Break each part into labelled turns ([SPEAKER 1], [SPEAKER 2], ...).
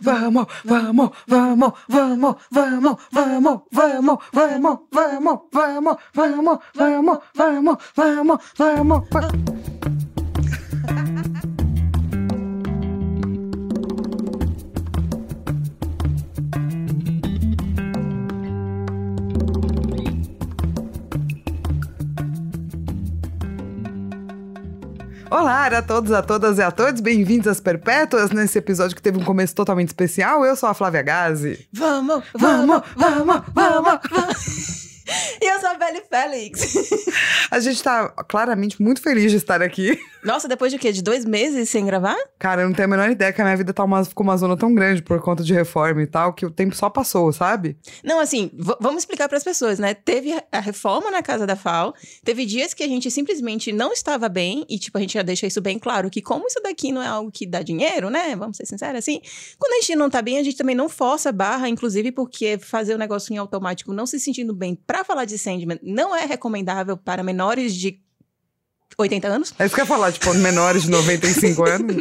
[SPEAKER 1] vamos, vamos, vamos, vamos, vamos, vamos, vamos, vamos, vamos, vamos, vamos, vamos, vamos, vamos, vamos, vamos. Olá a todos, a todas e a todos, bem-vindos às Perpétuas, nesse episódio que teve um começo totalmente especial. Eu sou a Flávia Gazi.
[SPEAKER 2] Vamos,
[SPEAKER 1] Vamos,
[SPEAKER 2] vamos,
[SPEAKER 1] vamos, vamos!
[SPEAKER 2] E eu sou a Belle Félix.
[SPEAKER 1] A gente tá claramente muito feliz de estar aqui.
[SPEAKER 2] Nossa, depois de o quê? De dois meses sem gravar?
[SPEAKER 1] Cara, eu não tenho a menor ideia que a minha vida tá uma, ficou uma zona tão grande por conta de reforma e tal, que o tempo só passou, sabe?
[SPEAKER 2] Não, assim, v- vamos explicar para as pessoas, né? Teve a reforma na casa da FAO, teve dias que a gente simplesmente não estava bem, e tipo, a gente já deixa isso bem claro, que como isso daqui não é algo que dá dinheiro, né? Vamos ser sinceros, assim, quando a gente não tá bem, a gente também não força a barra, inclusive porque fazer o negócio em automático, não se sentindo bem para falar de Sandman, não é recomendável para menores de 80 anos.
[SPEAKER 1] É isso que eu ia falar, tipo, menores de 95 anos.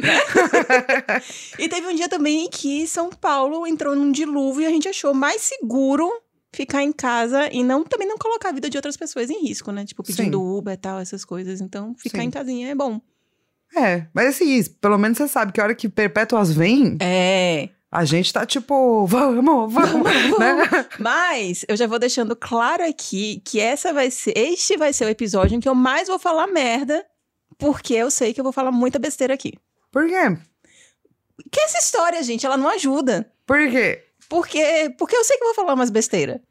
[SPEAKER 2] E teve um dia também em que São Paulo entrou num dilúvio e a gente achou mais seguro ficar em casa e não também não colocar a vida de outras pessoas em risco, né? Tipo, pedindo Uber e tal, essas coisas. Então, ficar
[SPEAKER 1] Sim.
[SPEAKER 2] em casinha é bom.
[SPEAKER 1] É, mas assim, pelo menos você sabe que a hora que Perpétuas vem,
[SPEAKER 2] É.
[SPEAKER 1] a gente tá tipo, vamos, vamos, né?
[SPEAKER 2] Mas eu já vou deixando claro aqui que essa vai ser, este vai ser o episódio em que eu mais vou falar merda, porque eu sei que eu vou falar muita besteira aqui.
[SPEAKER 1] Por quê?
[SPEAKER 2] Que essa história, gente, ela não ajuda.
[SPEAKER 1] Por quê?
[SPEAKER 2] Porque, porque eu sei que eu vou falar umas besteira.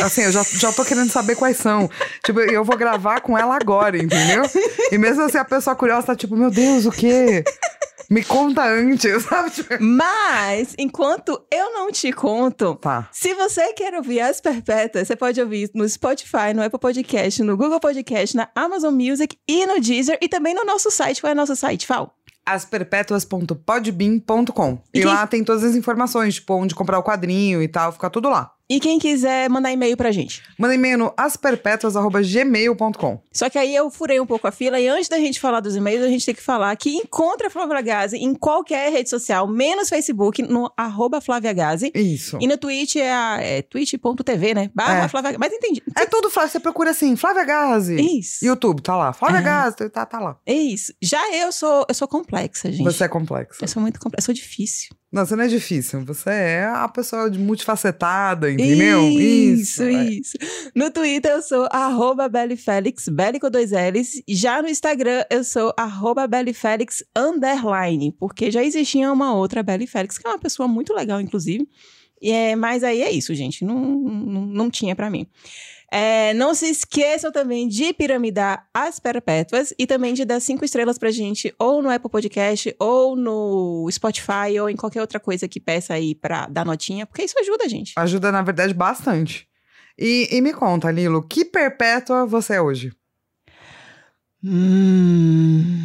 [SPEAKER 1] Assim, eu já, já tô querendo saber quais são. Tipo, eu vou gravar com ela agora, entendeu? E mesmo assim, a pessoa curiosa tá tipo, meu Deus, o quê? Me conta antes, sabe? Tipo,
[SPEAKER 2] Mas enquanto eu não te conto,
[SPEAKER 1] tá.
[SPEAKER 2] Se você quer ouvir As Perpétuas, você pode ouvir no Spotify, no Apple Podcast, no Google Podcast, na Amazon Music e no Deezer e também no nosso site. Qual é o nosso site, Fal?
[SPEAKER 1] Asperpetuas.podbean.com. E,
[SPEAKER 2] E quem-
[SPEAKER 1] lá tem todas as informações, tipo, onde comprar o quadrinho e tal, fica tudo lá.
[SPEAKER 2] E quem quiser mandar e-mail pra gente.
[SPEAKER 1] Manda e-mail no asperpetuas.gmail.com.
[SPEAKER 2] Só que aí eu furei um pouco a fila e antes da gente falar dos e-mails, a gente tem que falar que encontra a Flávia Gazi em qualquer rede social, menos Facebook, no arroba Flávia Gazi.
[SPEAKER 1] Isso.
[SPEAKER 2] E no Twitch é, a- é twitch.tv, né? Barra
[SPEAKER 1] É.
[SPEAKER 2] Flávia Mas entendi.
[SPEAKER 1] É tudo Flávia, você procura assim, Flávia Gazi.
[SPEAKER 2] Então- Isso.
[SPEAKER 1] YouTube, tá lá. Flávia
[SPEAKER 2] É.
[SPEAKER 1] Gazi, tá, tá lá.
[SPEAKER 2] É isso. Já eu sou, eu sou complexa, gente.
[SPEAKER 1] Você é complexa.
[SPEAKER 2] Eu sou muito complexa, eu sou difícil.
[SPEAKER 1] Não, você não é difícil. Você é a pessoa de multifacetada, entendeu?
[SPEAKER 2] Isso,
[SPEAKER 1] Isso. é.
[SPEAKER 2] isso. No Twitter eu sou arroba Belifelix, Beli com dois L's. Já no Instagram eu sou arroba Belifelix underline, porque já existia uma outra Beli Félix, que é uma pessoa muito legal, inclusive. E é, mas aí é isso, gente. Não, não, não tinha pra mim. É, não se esqueçam também de piramidar as perpétuas e também de dar cinco estrelas pra gente ou no Apple Podcast ou no Spotify ou em qualquer outra coisa que peça aí pra dar notinha, porque isso ajuda a gente.
[SPEAKER 1] Ajuda, na verdade, bastante. E, e me conta, Lilo, que perpétua você é hoje?
[SPEAKER 2] Hum,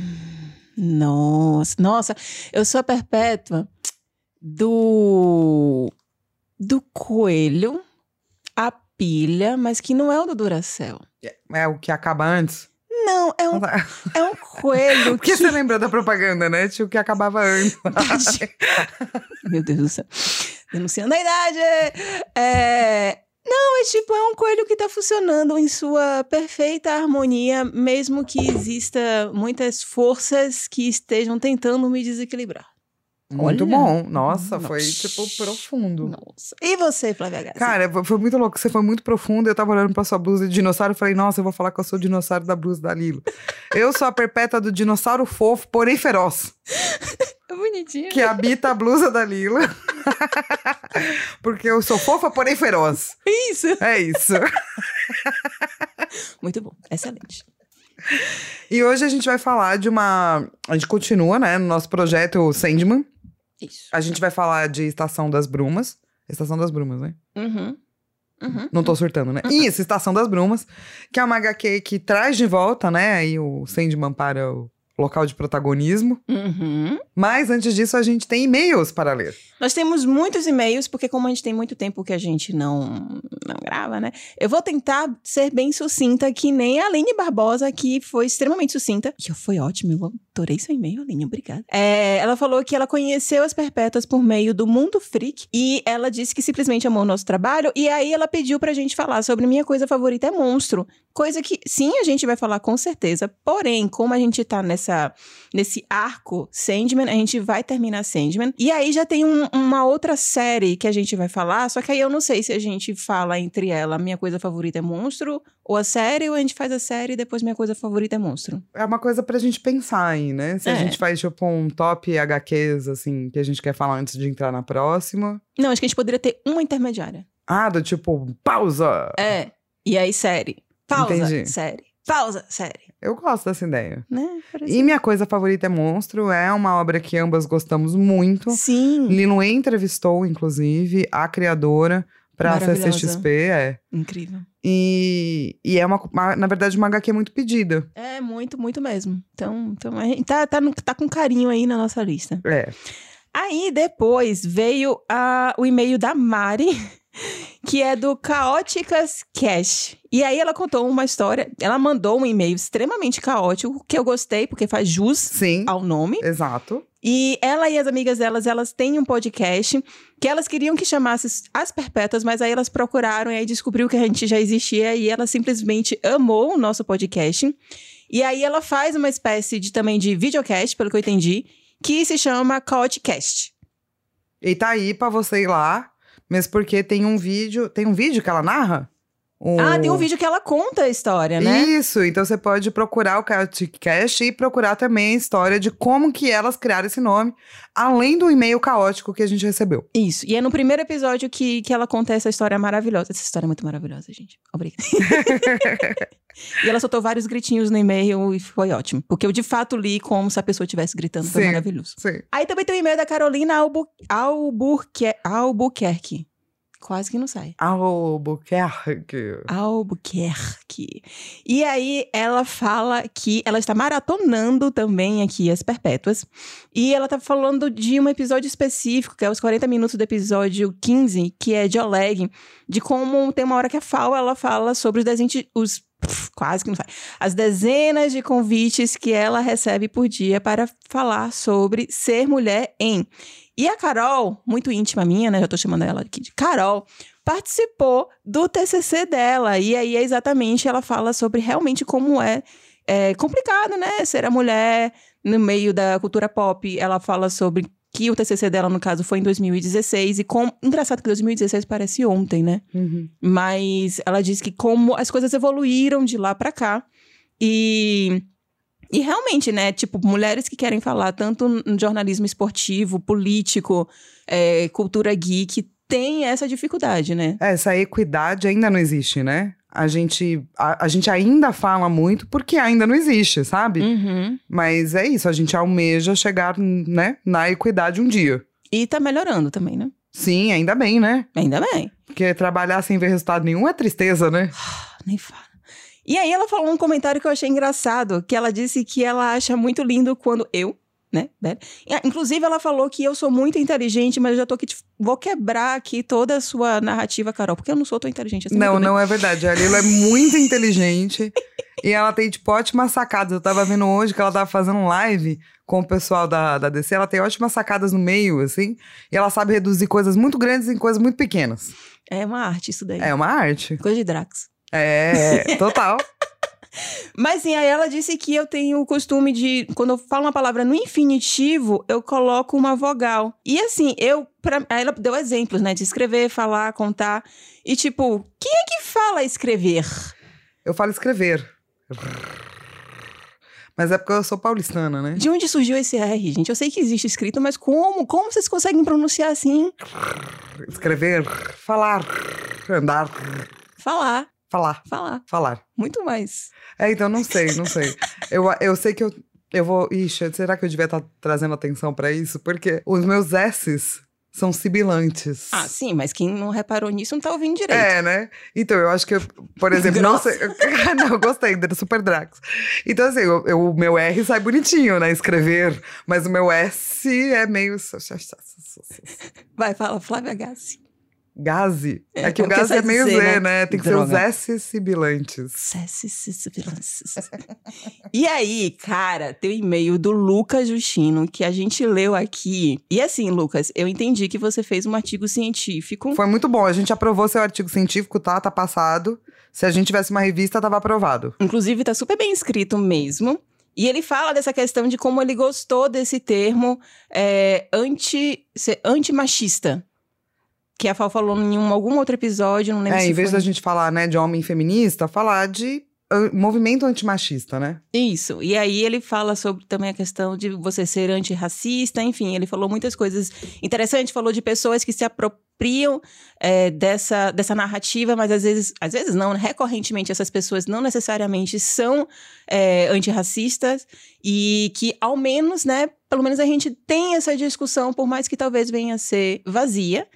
[SPEAKER 2] nossa, nossa, eu sou a perpétua do do coelho, a pilha, mas que não é o do Duracell.
[SPEAKER 1] É o que acaba antes?
[SPEAKER 2] Não, é um, é um coelho
[SPEAKER 1] Porque
[SPEAKER 2] que... tá
[SPEAKER 1] você lembra da propaganda, né? Tipo, que acabava antes.
[SPEAKER 2] Meu Deus do céu. Denunciando a idade! É... Não, é tipo, é um coelho que tá funcionando em sua perfeita harmonia, mesmo que exista muitas forças que estejam tentando me desequilibrar.
[SPEAKER 1] Muito
[SPEAKER 2] Olha.
[SPEAKER 1] bom. Nossa, foi,
[SPEAKER 2] Nossa.
[SPEAKER 1] tipo, profundo.
[SPEAKER 2] Nossa. E você, Flávia Gazi?
[SPEAKER 1] Cara, foi- foi muito louco. Você foi muito profundo. Eu tava olhando pra sua blusa de dinossauro e falei, nossa, eu vou falar que eu sou o dinossauro da blusa da Lilo. eu sou a perpétua do dinossauro fofo, porém feroz,
[SPEAKER 2] É bonitinho.
[SPEAKER 1] que habita a blusa da Lilo. Porque eu sou fofa, porém feroz.
[SPEAKER 2] Isso.
[SPEAKER 1] É isso.
[SPEAKER 2] Muito bom. Excelente.
[SPEAKER 1] E hoje a gente vai falar de uma. A gente continua, né, no nosso projeto Sandman.
[SPEAKER 2] Isso.
[SPEAKER 1] A gente vai falar de Estação das Brumas. Estação das Brumas, né?
[SPEAKER 2] Uhum. Uhum.
[SPEAKER 1] Não tô surtando, né? Isso, Estação das Brumas, que é uma HQ que traz de volta, né, aí o Sandman para o local de protagonismo.
[SPEAKER 2] Uhum.
[SPEAKER 1] Mas antes disso, a gente tem e-mails para ler.
[SPEAKER 2] Nós temos muitos e-mails, porque como a gente tem muito tempo que a gente não, não grava, né? Eu vou tentar ser bem sucinta, que nem a Aline Barbosa, que foi extremamente sucinta. E foi ótimo, eu adorei seu e-mail, Aline, obrigada. É, ela falou que ela conheceu as Perpétuas por meio do Mundo Freak, e ela disse que simplesmente amou o nosso trabalho, e aí ela pediu pra gente falar sobre minha coisa favorita é monstro. Coisa que, sim, a gente vai falar com certeza, porém, como a gente tá nessa nesse arco Sandman, a gente vai terminar Sandman. E aí já tem um- uma outra série que a gente vai falar, só que aí eu não sei se a gente fala entre ela, minha coisa favorita é monstro, ou a série, ou a gente faz a série e depois minha coisa favorita é monstro.
[SPEAKER 1] É uma coisa pra gente pensar aí, né? Se a
[SPEAKER 2] É.
[SPEAKER 1] gente faz, tipo, um top HQs, assim, que a gente quer falar antes de entrar na próxima.
[SPEAKER 2] Não, acho que a gente poderia ter uma intermediária.
[SPEAKER 1] Ah, do tipo, pausa!
[SPEAKER 2] É. E aí série. Pausa,
[SPEAKER 1] Entendi.
[SPEAKER 2] série. Pausa, série.
[SPEAKER 1] Eu gosto dessa ideia.
[SPEAKER 2] Né? Parece-
[SPEAKER 1] E minha coisa favorita é Monstro, é uma obra que ambas gostamos muito.
[SPEAKER 2] Sim.
[SPEAKER 1] Lilo entrevistou, inclusive, a criadora pra
[SPEAKER 2] Maravilhosa.
[SPEAKER 1] CCXP, é.
[SPEAKER 2] Incrível.
[SPEAKER 1] E, e é uma, uma- na verdade, uma HQ muito pedida.
[SPEAKER 2] É, muito, muito mesmo. Então, então a gente tá, tá, no- tá com carinho aí na nossa lista.
[SPEAKER 1] É.
[SPEAKER 2] Aí depois veio a- o e-mail da Mari, que é do Caóticas Cash. E aí ela contou uma história, ela mandou um e-mail extremamente caótico, que eu gostei, porque faz jus
[SPEAKER 1] Sim,
[SPEAKER 2] ao nome.
[SPEAKER 1] exato.
[SPEAKER 2] E ela e as amigas delas, elas têm um podcast que elas queriam que chamasse As Perpétuas, mas aí elas procuraram e aí descobriu que a gente já existia e ela simplesmente amou o nosso podcast. E aí ela faz uma espécie de também de videocast, pelo que eu entendi, que se chama Caoticast.
[SPEAKER 1] E tá aí pra você ir lá, mas porque tem um vídeo. Tem um vídeo que ela narra? O-
[SPEAKER 2] Ah, tem um vídeo que ela conta a história, né?
[SPEAKER 1] Isso, então você pode procurar o Cash e procurar também a história de como que elas criaram esse nome, além do e-mail caótico que a gente recebeu.
[SPEAKER 2] Isso. E é no primeiro episódio que, que ela conta essa história maravilhosa. Essa história é muito maravilhosa, gente. Obrigada. e ela soltou vários gritinhos no e-mail e foi ótimo. Porque eu de fato li como se a pessoa estivesse gritando. Foi
[SPEAKER 1] Sim.
[SPEAKER 2] maravilhoso.
[SPEAKER 1] Sim.
[SPEAKER 2] Aí também tem o e-mail da Carolina Albu... Alburque... Albuquerque. Quase que não sai.
[SPEAKER 1] Albuquerque.
[SPEAKER 2] Albuquerque. E aí ela fala que ela está maratonando também aqui as Perpétuas. E ela tá falando de um episódio específico, que é os 40 minutos do episódio 15, que é de Oleg, de como tem uma hora que a Fal ela fala sobre os desenhos os pff, quase que não sai. As dezenas de convites que ela recebe por dia para falar sobre ser mulher em. E a Carol, muito íntima minha, né? Já tô chamando ela aqui de Carol participou do TCC dela. E aí, é exatamente, ela fala sobre realmente como é, é, complicado, né? Ser a mulher no meio da cultura pop. Ela fala sobre que o TCC dela, no caso, foi em 2016. E como... Engraçado que 2016 parece ontem, né? Mas ela diz que como as coisas evoluíram de lá pra cá. E. E realmente, né? Tipo, mulheres que querem falar tanto no jornalismo esportivo, político, é, cultura geek, tem essa dificuldade, né?
[SPEAKER 1] É, Essa equidade ainda não existe, né? A gente, a, a gente ainda fala muito porque ainda não existe, sabe?
[SPEAKER 2] Uhum.
[SPEAKER 1] Mas é isso, a gente almeja chegar, né, na equidade um dia.
[SPEAKER 2] E tá melhorando também, né?
[SPEAKER 1] Sim, ainda bem, né?
[SPEAKER 2] Ainda bem.
[SPEAKER 1] Porque trabalhar sem ver resultado nenhum é tristeza, né?
[SPEAKER 2] Nem fala. E aí ela falou um comentário que eu achei engraçado, que ela disse que ela acha muito lindo quando eu, né, Bela? E, Inclusive ela falou que eu sou muito inteligente, mas eu já tô aqui, te- vou quebrar aqui toda a sua narrativa, Carol, porque eu não sou tão inteligente assim.
[SPEAKER 1] Não,
[SPEAKER 2] muito bem.
[SPEAKER 1] não é verdade. A Lilo é muito inteligente e ela tem, tipo, ótimas sacadas. Eu tava vendo hoje que ela tava fazendo um live com o pessoal da, da DC. Ela tem ótimas sacadas no meio, assim. E ela sabe reduzir coisas muito grandes em coisas muito pequenas.
[SPEAKER 2] É uma arte isso daí.
[SPEAKER 1] É uma arte.
[SPEAKER 2] Coisa de Drax.
[SPEAKER 1] É, total.
[SPEAKER 2] Mas sim, aí ela disse que eu tenho o costume de, quando eu falo uma palavra no infinitivo, eu coloco uma vogal. E assim, eu. Pra, aí ela deu exemplos, né? De escrever, falar, contar. E tipo, quem é que fala escrever?
[SPEAKER 1] Eu falo escrever. Mas é porque eu sou paulistana, né?
[SPEAKER 2] De onde surgiu esse R, gente? Eu sei que existe escrito, mas como? Como vocês conseguem pronunciar assim?
[SPEAKER 1] Escrever, falar, andar,
[SPEAKER 2] Falar,
[SPEAKER 1] falar,
[SPEAKER 2] falar.
[SPEAKER 1] falar.
[SPEAKER 2] Muito mais.
[SPEAKER 1] É, então não sei, não sei. Eu, eu sei que eu, tá eu vou. Ixi, será que eu devia estar trazendo atenção pra isso? Porque os meus S's são sibilantes.
[SPEAKER 2] Ah, sim, mas quem não reparou nisso não tá ouvindo direito.
[SPEAKER 1] É, né? Então, eu acho que, eu, por exemplo, não sei. Ah, não, eu gostei do Super Drax. Então, assim, eu- eu- o meu R sai bonitinho, né? Escrever. Mas o meu S é meio.
[SPEAKER 2] Vai, fala, Flávia Gassi.
[SPEAKER 1] Gaze. É,
[SPEAKER 2] É,
[SPEAKER 1] que o
[SPEAKER 2] porque
[SPEAKER 1] Gaze
[SPEAKER 2] sai
[SPEAKER 1] é meio
[SPEAKER 2] Z,
[SPEAKER 1] Z,
[SPEAKER 2] né?
[SPEAKER 1] né? Tem que ser os
[SPEAKER 2] Droga.
[SPEAKER 1] S sibilantes.
[SPEAKER 2] E aí, cara, tem um e-mail do Lucas Justino que a gente leu aqui. E assim, Lucas, eu entendi que você fez um artigo científico.
[SPEAKER 1] Foi muito bom. A gente aprovou seu artigo científico, tá? Tá passado. Se a gente tivesse uma revista, tava aprovado.
[SPEAKER 2] Inclusive, tá super bem escrito mesmo. E ele fala dessa questão de como ele gostou desse termo é, anti, ser antimachista. Que a Fal falou em um- algum outro episódio, não lembro
[SPEAKER 1] É,
[SPEAKER 2] se
[SPEAKER 1] em vez
[SPEAKER 2] foi.
[SPEAKER 1] da gente falar, né, de homem feminista, falar de ah, movimento antimachista, né?
[SPEAKER 2] Isso. E aí ele fala sobre também a questão de você ser antirracista, enfim, ele falou muitas coisas interessantes, falou de pessoas que se apropriam eh, dessa, dessa narrativa, mas às vezes, às vezes não, né? recorrentemente essas pessoas não necessariamente são eh, antirracistas e que ao menos, né, pelo menos a gente tem essa discussão, por mais que talvez venha a ser vazia.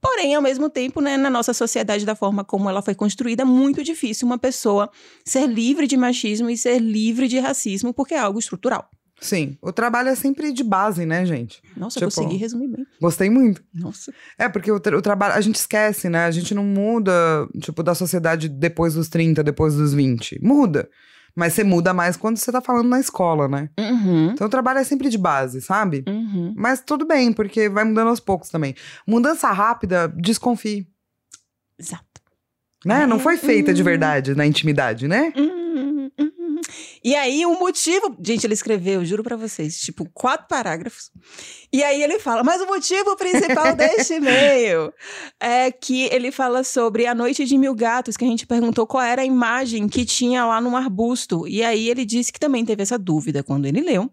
[SPEAKER 2] Porém, ao mesmo tempo, né, na nossa sociedade, da forma como ela foi construída, é muito difícil uma pessoa ser livre de machismo e ser livre de racismo, porque é algo estrutural.
[SPEAKER 1] Sim. O trabalho é sempre de base, né, gente?
[SPEAKER 2] Nossa,
[SPEAKER 1] Tipo-
[SPEAKER 2] consegui resumir bem.
[SPEAKER 1] Gostei muito.
[SPEAKER 2] Nossa.
[SPEAKER 1] É, porque o, tra- o trabalho. A gente esquece, né? A gente não muda, tipo, da sociedade depois dos 30, depois dos 20. Muda. Mas você muda mais quando você tá falando na escola, né?
[SPEAKER 2] Uhum.
[SPEAKER 1] Então o trabalho é sempre de base, sabe?
[SPEAKER 2] Uhum.
[SPEAKER 1] Mas tudo bem, porque vai mudando aos poucos também. Mudança rápida, desconfie.
[SPEAKER 2] Exato.
[SPEAKER 1] Né? Não
[SPEAKER 2] É,
[SPEAKER 1] foi feita de
[SPEAKER 2] hum.
[SPEAKER 1] verdade, na intimidade, né?
[SPEAKER 2] Uhum, uhum. E aí, o motivo. Gente, ele escreveu, juro pra vocês, tipo, quatro parágrafos. E aí ele fala, mas o motivo principal deste e-mail é que ele fala sobre a noite de mil gatos, que a gente perguntou qual era a imagem que tinha lá num arbusto. E aí ele disse que também teve essa dúvida quando ele leu.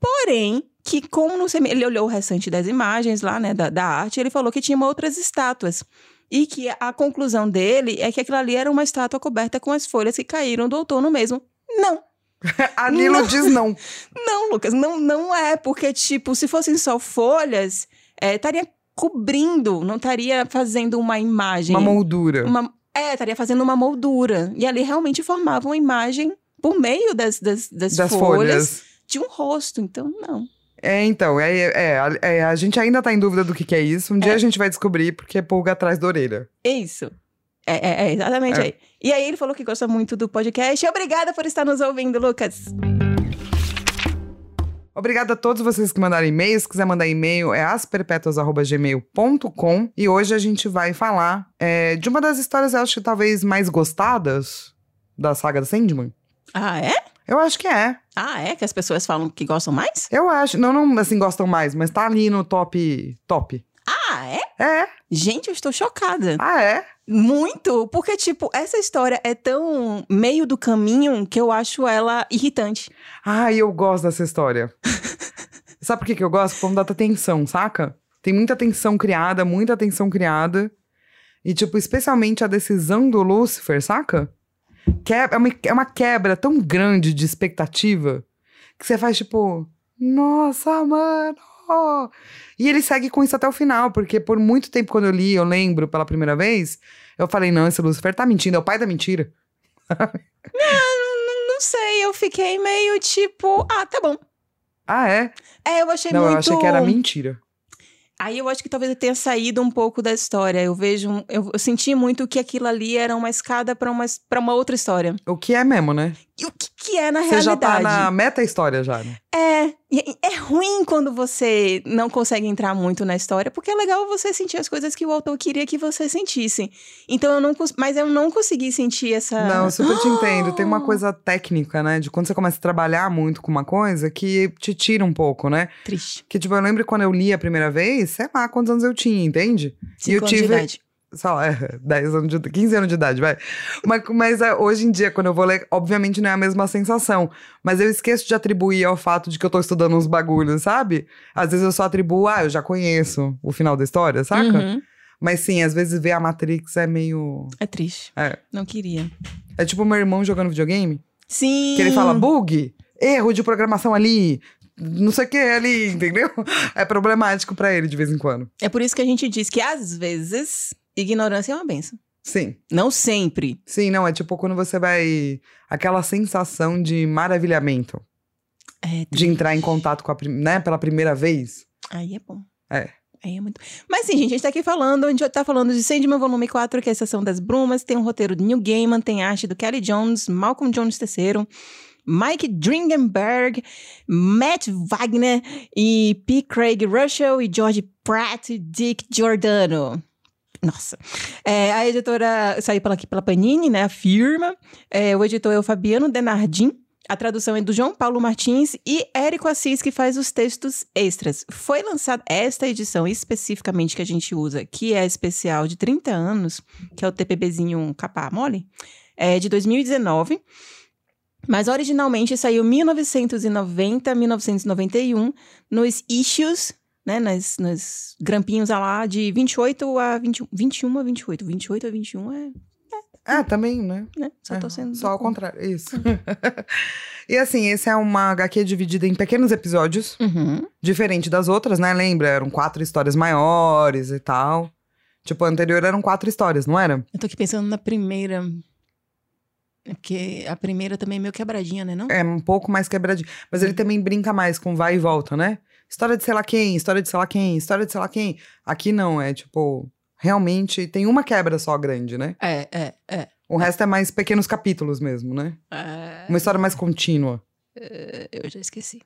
[SPEAKER 2] Porém, que como não sei, ele olhou o restante das imagens lá, né, da, da arte, ele falou que tinha outras estátuas. E que a conclusão dele é que aquilo ali era uma estátua coberta com as folhas que caíram do outono mesmo. Não,
[SPEAKER 1] É, A Nilo
[SPEAKER 2] Não.
[SPEAKER 1] diz não.
[SPEAKER 2] não, Lucas, não, não é, porque, tipo, se fossem só folhas, é, estaria cobrindo, não estaria fazendo uma imagem.
[SPEAKER 1] Uma moldura.
[SPEAKER 2] uma- é, estaria fazendo uma moldura. E ali realmente formava uma imagem por meio das, das, das,
[SPEAKER 1] das
[SPEAKER 2] folhas,
[SPEAKER 1] folhas.
[SPEAKER 2] de um rosto. Então, não.
[SPEAKER 1] É, então, é, é, a- é, a gente ainda tá em dúvida do que, que é isso. Um dia a gente vai descobrir, porque é pulga atrás da orelha.
[SPEAKER 2] É isso. É, é, é, exatamente
[SPEAKER 1] É.
[SPEAKER 2] aí. E aí ele falou que gosta muito do podcast. Obrigada por estar nos ouvindo, Lucas.
[SPEAKER 1] Obrigada a todos vocês que mandaram e-mails. Se quiser mandar e-mail, é asperpetuas.gmail.com. E hoje a gente vai falar é, de uma das histórias, eu acho que talvez mais gostadas da saga do Sandman.
[SPEAKER 2] Ah, é?
[SPEAKER 1] Eu acho que é.
[SPEAKER 2] Ah, é? Que as pessoas falam que gostam mais?
[SPEAKER 1] Eu acho. Não, não, assim, gostam mais, mas tá ali no top. Top.
[SPEAKER 2] Ah, é?
[SPEAKER 1] É.
[SPEAKER 2] Gente, eu estou chocada.
[SPEAKER 1] Ah, é?
[SPEAKER 2] Muito! Porque, tipo, essa história é tão meio do caminho que eu acho ela irritante.
[SPEAKER 1] Ai, eu gosto dessa história. Sabe por que, que eu gosto? Porque dá tensão, saca? Tem muita tensão criada, muita tensão criada. E, tipo, especialmente a decisão do Lúcifer, saca? Que é, é uma, é uma quebra tão grande de expectativa que você faz, tipo, nossa, mano! E ele segue com isso até o final, porque por muito tempo, quando eu li, eu lembro pela primeira vez, eu falei, não, esse Lúcifer tá mentindo, é o pai da mentira.
[SPEAKER 2] Não sei, eu fiquei meio tipo, ah, tá bom.
[SPEAKER 1] Ah, é?
[SPEAKER 2] É, eu achei
[SPEAKER 1] não,
[SPEAKER 2] muito.
[SPEAKER 1] eu achei que era mentira.
[SPEAKER 2] Aí eu acho que talvez eu tenha saído um pouco da história. Eu vejo, um- eu, eu senti muito que aquilo ali era uma escada para uma, pra uma outra história.
[SPEAKER 1] O que é mesmo, né?
[SPEAKER 2] E o que, que é na
[SPEAKER 1] Você já tá
[SPEAKER 2] realidade?
[SPEAKER 1] na meta-história já, né?
[SPEAKER 2] É, e- e é ruim quando você não consegue entrar muito na história, porque é legal você sentir as coisas que o autor queria que você sentisse. Então eu não, cons- mas eu não consegui sentir essa
[SPEAKER 1] Não, eu super te entendo. Tem uma
[SPEAKER 2] Ah!
[SPEAKER 1] coisa técnica, né? De quando você começa a trabalhar muito com uma coisa que te tira um pouco, né?
[SPEAKER 2] triste.
[SPEAKER 1] Que, tipo, eu lembro quando eu li a primeira vez, sei lá quantos anos eu tinha, entende? E eu
[SPEAKER 2] Cinco anos de
[SPEAKER 1] tive-
[SPEAKER 2] idade.
[SPEAKER 1] Sei lá, 10 anos de 15 anos de idade, vai. Mas, mas é, hoje em dia, quando eu vou ler, obviamente não é a mesma sensação. Mas eu esqueço de atribuir ao fato de que eu tô estudando uns bagulhos, sabe? Às vezes eu só atribuo, ah, eu já conheço o final da história, saca?
[SPEAKER 2] Uhum.
[SPEAKER 1] Mas sim, às vezes ver a Matrix é meio.
[SPEAKER 2] É triste.
[SPEAKER 1] É.
[SPEAKER 2] Não queria.
[SPEAKER 1] É tipo meu irmão jogando videogame.
[SPEAKER 2] Sim.
[SPEAKER 1] Que ele fala bug, erro de programação ali, não sei o que ali, entendeu? É problemático pra ele de vez em quando.
[SPEAKER 2] É por isso que a gente diz que às vezes ignorância é uma benção.
[SPEAKER 1] Sim.
[SPEAKER 2] Não sempre.
[SPEAKER 1] Sim, não, é tipo quando você vai. Aquela sensação de maravilhamento,
[SPEAKER 2] É,
[SPEAKER 1] de entrar em contato com a, prim- né, pela primeira vez.
[SPEAKER 2] Aí é bom.
[SPEAKER 1] É.
[SPEAKER 2] Aí é muito. Mas sim, gente, a gente tá aqui falando, a gente tá falando de Sandman Volume 4, que é a Estação das Brumas, tem um roteiro do Neil Gaiman, tem arte do Kelly Jones, Malcolm Jones III, Mike Dringenberg, Matt Wagner e P. Craig Russell e George Pratt e Dick Giordano. Nossa. É, a editora saiu pela, aqui pela Panini, né? A firma. É, o editor é o Fabiano Denardim. A tradução é do João Paulo Martins e Érico Assis, que faz os textos extras. Foi lançada esta edição especificamente que a gente usa, que é a especial de 30 anos, que é o TPBzinho capa mole, é de 2019. Mas originalmente saiu 1990, 1991, nos issues, né, nas, nas grampinhos lá de 28 a 21, 21 a 28. 28 a 21 é,
[SPEAKER 1] É, também, né?
[SPEAKER 2] né, só tô
[SPEAKER 1] É,
[SPEAKER 2] sendo...
[SPEAKER 1] Só ao contrário, isso. e assim, esse é uma HQ dividida em pequenos episódios,
[SPEAKER 2] Uhum.
[SPEAKER 1] diferente das outras, né? Lembra? Eram quatro histórias maiores e tal. Tipo, a anterior eram quatro histórias, não era?
[SPEAKER 2] Eu tô aqui pensando na primeira. É Porque a primeira também é meio quebradinha, né? Não?
[SPEAKER 1] É um pouco mais quebradinho. Mas ele também brinca mais com vai e volta, né? História de sei lá quem, história de sei lá quem, história de sei lá quem. Aqui não, é tipo. Realmente tem uma quebra só grande, né?
[SPEAKER 2] É, é, é.
[SPEAKER 1] O resto é mais pequenos capítulos mesmo, né?
[SPEAKER 2] Ah,
[SPEAKER 1] Uma história mais contínua.
[SPEAKER 2] eu já esqueci.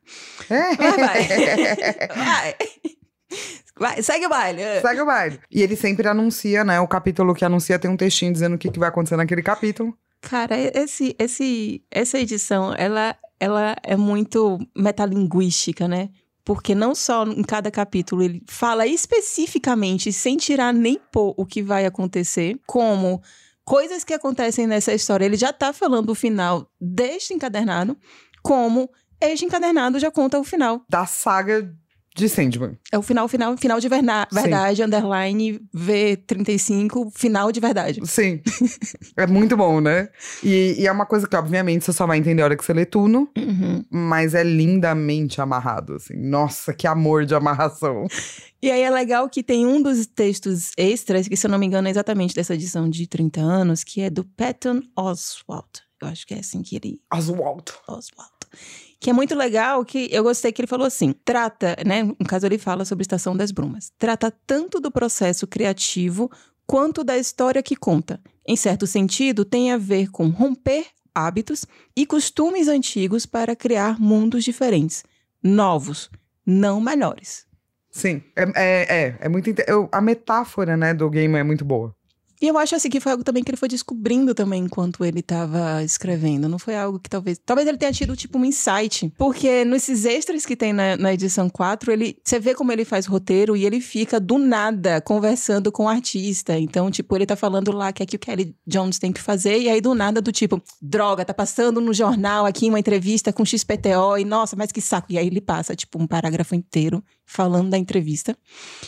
[SPEAKER 1] É.
[SPEAKER 2] Vai, vai. vai. Vai, segue o baile.
[SPEAKER 1] Segue o baile. E ele sempre anuncia, né? O capítulo que anuncia tem um textinho dizendo o que, que vai acontecer naquele capítulo.
[SPEAKER 2] Cara, esse, esse, essa edição, ela, ela é muito metalinguística, né? Porque não só em cada capítulo ele fala especificamente, sem tirar nem pôr o que vai acontecer, como coisas que acontecem nessa história. Ele já tá falando o final deste encadernado, como este encadernado já conta o final.
[SPEAKER 1] Da saga de Sandman.
[SPEAKER 2] É o final, final, final de verna-
[SPEAKER 1] Sim.
[SPEAKER 2] verdade, underline V35, final de verdade.
[SPEAKER 1] Sim. é muito bom, né? E, e é uma coisa que, obviamente, você só vai entender a hora que você lê tudo.
[SPEAKER 2] Uhum.
[SPEAKER 1] Mas é lindamente amarrado, assim. Nossa, que amor de amarração.
[SPEAKER 2] E aí é legal que tem um dos textos extras, que se eu não me engano é exatamente dessa edição de 30 anos, que é do Patton Oswalt. Eu acho que é assim que ele...
[SPEAKER 1] Oswald.
[SPEAKER 2] Oswald. Que é muito legal, que eu gostei que ele falou assim, trata, né, no caso ele fala sobre Estação das Brumas, trata tanto do processo criativo quanto da história que conta. Em certo sentido, tem a ver com romper hábitos e costumes antigos para criar mundos diferentes, novos, não melhores.
[SPEAKER 1] Sim. É, é, é, é muito. inte- eu- a metáfora, né, do game é muito boa.
[SPEAKER 2] E eu acho assim que foi algo também que ele foi descobrindo também enquanto ele estava escrevendo. Não foi algo que talvez. Talvez ele tenha tido tipo um insight. Porque nesses extras que tem na, na edição 4, ele, você vê como ele faz roteiro e ele fica do nada conversando com o artista. Então, tipo, ele tá falando lá que é que o Kelly Jones tem que fazer. E aí do nada, do tipo, droga, tá passando no jornal aqui uma entrevista com XPTO. E nossa, mas que saco. E aí ele passa, tipo, um parágrafo inteiro falando da entrevista.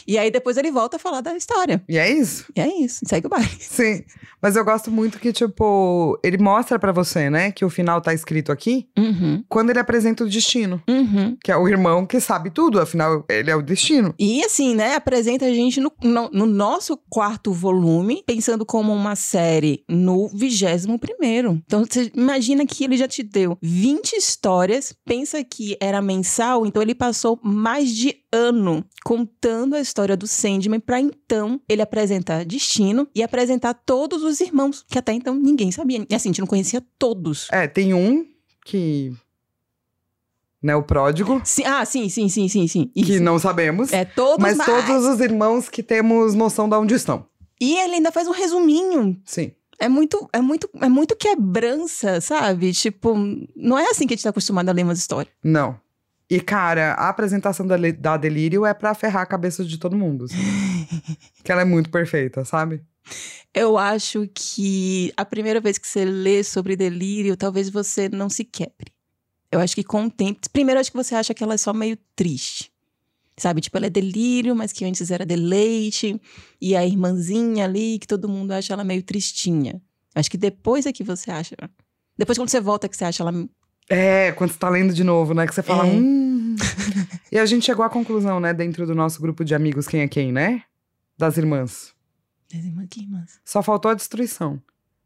[SPEAKER 2] E aí depois ele volta a falar da história.
[SPEAKER 1] E é isso.
[SPEAKER 2] E é isso, segue o baile.
[SPEAKER 1] Sim, mas eu gosto muito que, tipo, ele mostra pra você, né, que o final tá escrito aqui,
[SPEAKER 2] Uhum,
[SPEAKER 1] quando ele apresenta o destino,
[SPEAKER 2] uhum.
[SPEAKER 1] que é o irmão que sabe tudo, afinal, ele é o destino.
[SPEAKER 2] E assim, né, apresenta a gente no, no- no nosso quarto volume, pensando como uma série no vigésimo primeiro. Então, você imagina que ele já te deu 20 histórias, pensa que era mensal, então ele passou mais de ano contando a história do Sandman pra então ele apresentar Destino e apresentar todos os irmãos, que até então ninguém sabia. E assim, a gente não conhecia todos.
[SPEAKER 1] É, tem um que. né, o pródigo,
[SPEAKER 2] Sim, ah, sim, sim, sim, sim, sim.
[SPEAKER 1] que
[SPEAKER 2] Isso.
[SPEAKER 1] não sabemos.
[SPEAKER 2] É todos,
[SPEAKER 1] mas
[SPEAKER 2] mais.
[SPEAKER 1] todos os irmãos que temos noção de onde estão.
[SPEAKER 2] E ele ainda faz um resuminho
[SPEAKER 1] Sim.
[SPEAKER 2] É muito, é muito, é muito quebrança, sabe? Tipo, não é assim que a gente tá acostumado a ler umas histórias.
[SPEAKER 1] Não. E, cara, a apresentação da, Le- da Delírio é pra ferrar a cabeça de todo mundo. assim. que ela é muito perfeita, sabe?
[SPEAKER 2] Eu acho que a primeira vez que você lê sobre delírio, talvez você não se quebre. Eu acho que com o tempo. Primeiro, eu acho que você acha que ela é só meio triste. Sabe? Tipo, ela é delírio, mas que antes era deleite. E a irmãzinha ali, que todo mundo acha ela meio tristinha. Acho que depois é que você acha. Depois, quando você volta, é que você acha ela
[SPEAKER 1] É, quando você tá lendo de novo, né, que você fala.
[SPEAKER 2] É.
[SPEAKER 1] Hum, E a gente chegou à conclusão, né, dentro do nosso grupo de amigos, quem é quem, né? Das irmãs.
[SPEAKER 2] Das irmãs, que irmãs?
[SPEAKER 1] Só faltou a destruição.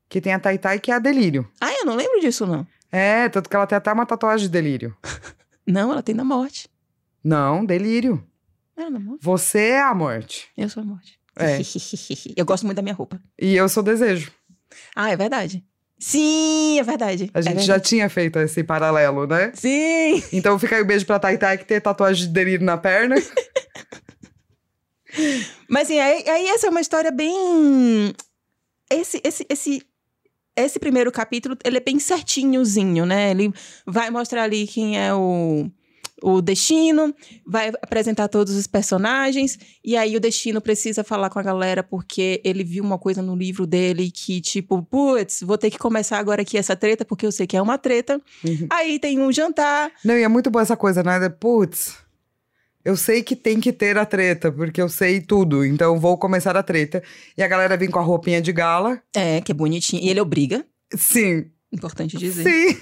[SPEAKER 1] Que tem a Taitai, que é a delírio.
[SPEAKER 2] Ah, eu não lembro disso, não.
[SPEAKER 1] É, tanto que ela tem até uma tatuagem de delírio.
[SPEAKER 2] Não, ela tem da morte.
[SPEAKER 1] Não, delírio.
[SPEAKER 2] Não Era da morte?
[SPEAKER 1] Você é a morte.
[SPEAKER 2] Eu sou a morte.
[SPEAKER 1] É.
[SPEAKER 2] eu gosto muito da minha roupa.
[SPEAKER 1] E eu sou desejo.
[SPEAKER 2] Ah, é verdade. Sim, é verdade.
[SPEAKER 1] A
[SPEAKER 2] É
[SPEAKER 1] gente já
[SPEAKER 2] verdade.
[SPEAKER 1] tinha feito esse paralelo, né?
[SPEAKER 2] Sim!
[SPEAKER 1] Então fica aí o beijo pra Taitai, que tem tatuagem de delírio na perna.
[SPEAKER 2] Mas assim, aí, aí essa é uma história bem. Esse, esse, esse, esse primeiro capítulo, ele é bem certinhozinho, né? Ele vai mostrar ali quem é o, o destino, vai apresentar todos os personagens, e aí o destino precisa falar com a galera porque ele viu uma coisa no livro dele que, tipo, putz, vou ter que começar agora aqui essa treta porque eu sei que é uma treta.
[SPEAKER 1] Uhum.
[SPEAKER 2] Aí tem um jantar,
[SPEAKER 1] Não, e é muito boa essa coisa, né? De, Putz, eu sei que tem que ter a treta, porque eu sei tudo, então vou começar a treta. E a galera vem com a roupinha de gala.
[SPEAKER 2] é, que é bonitinho, e ele obriga,
[SPEAKER 1] Sim,
[SPEAKER 2] importante dizer. né?
[SPEAKER 1] sim.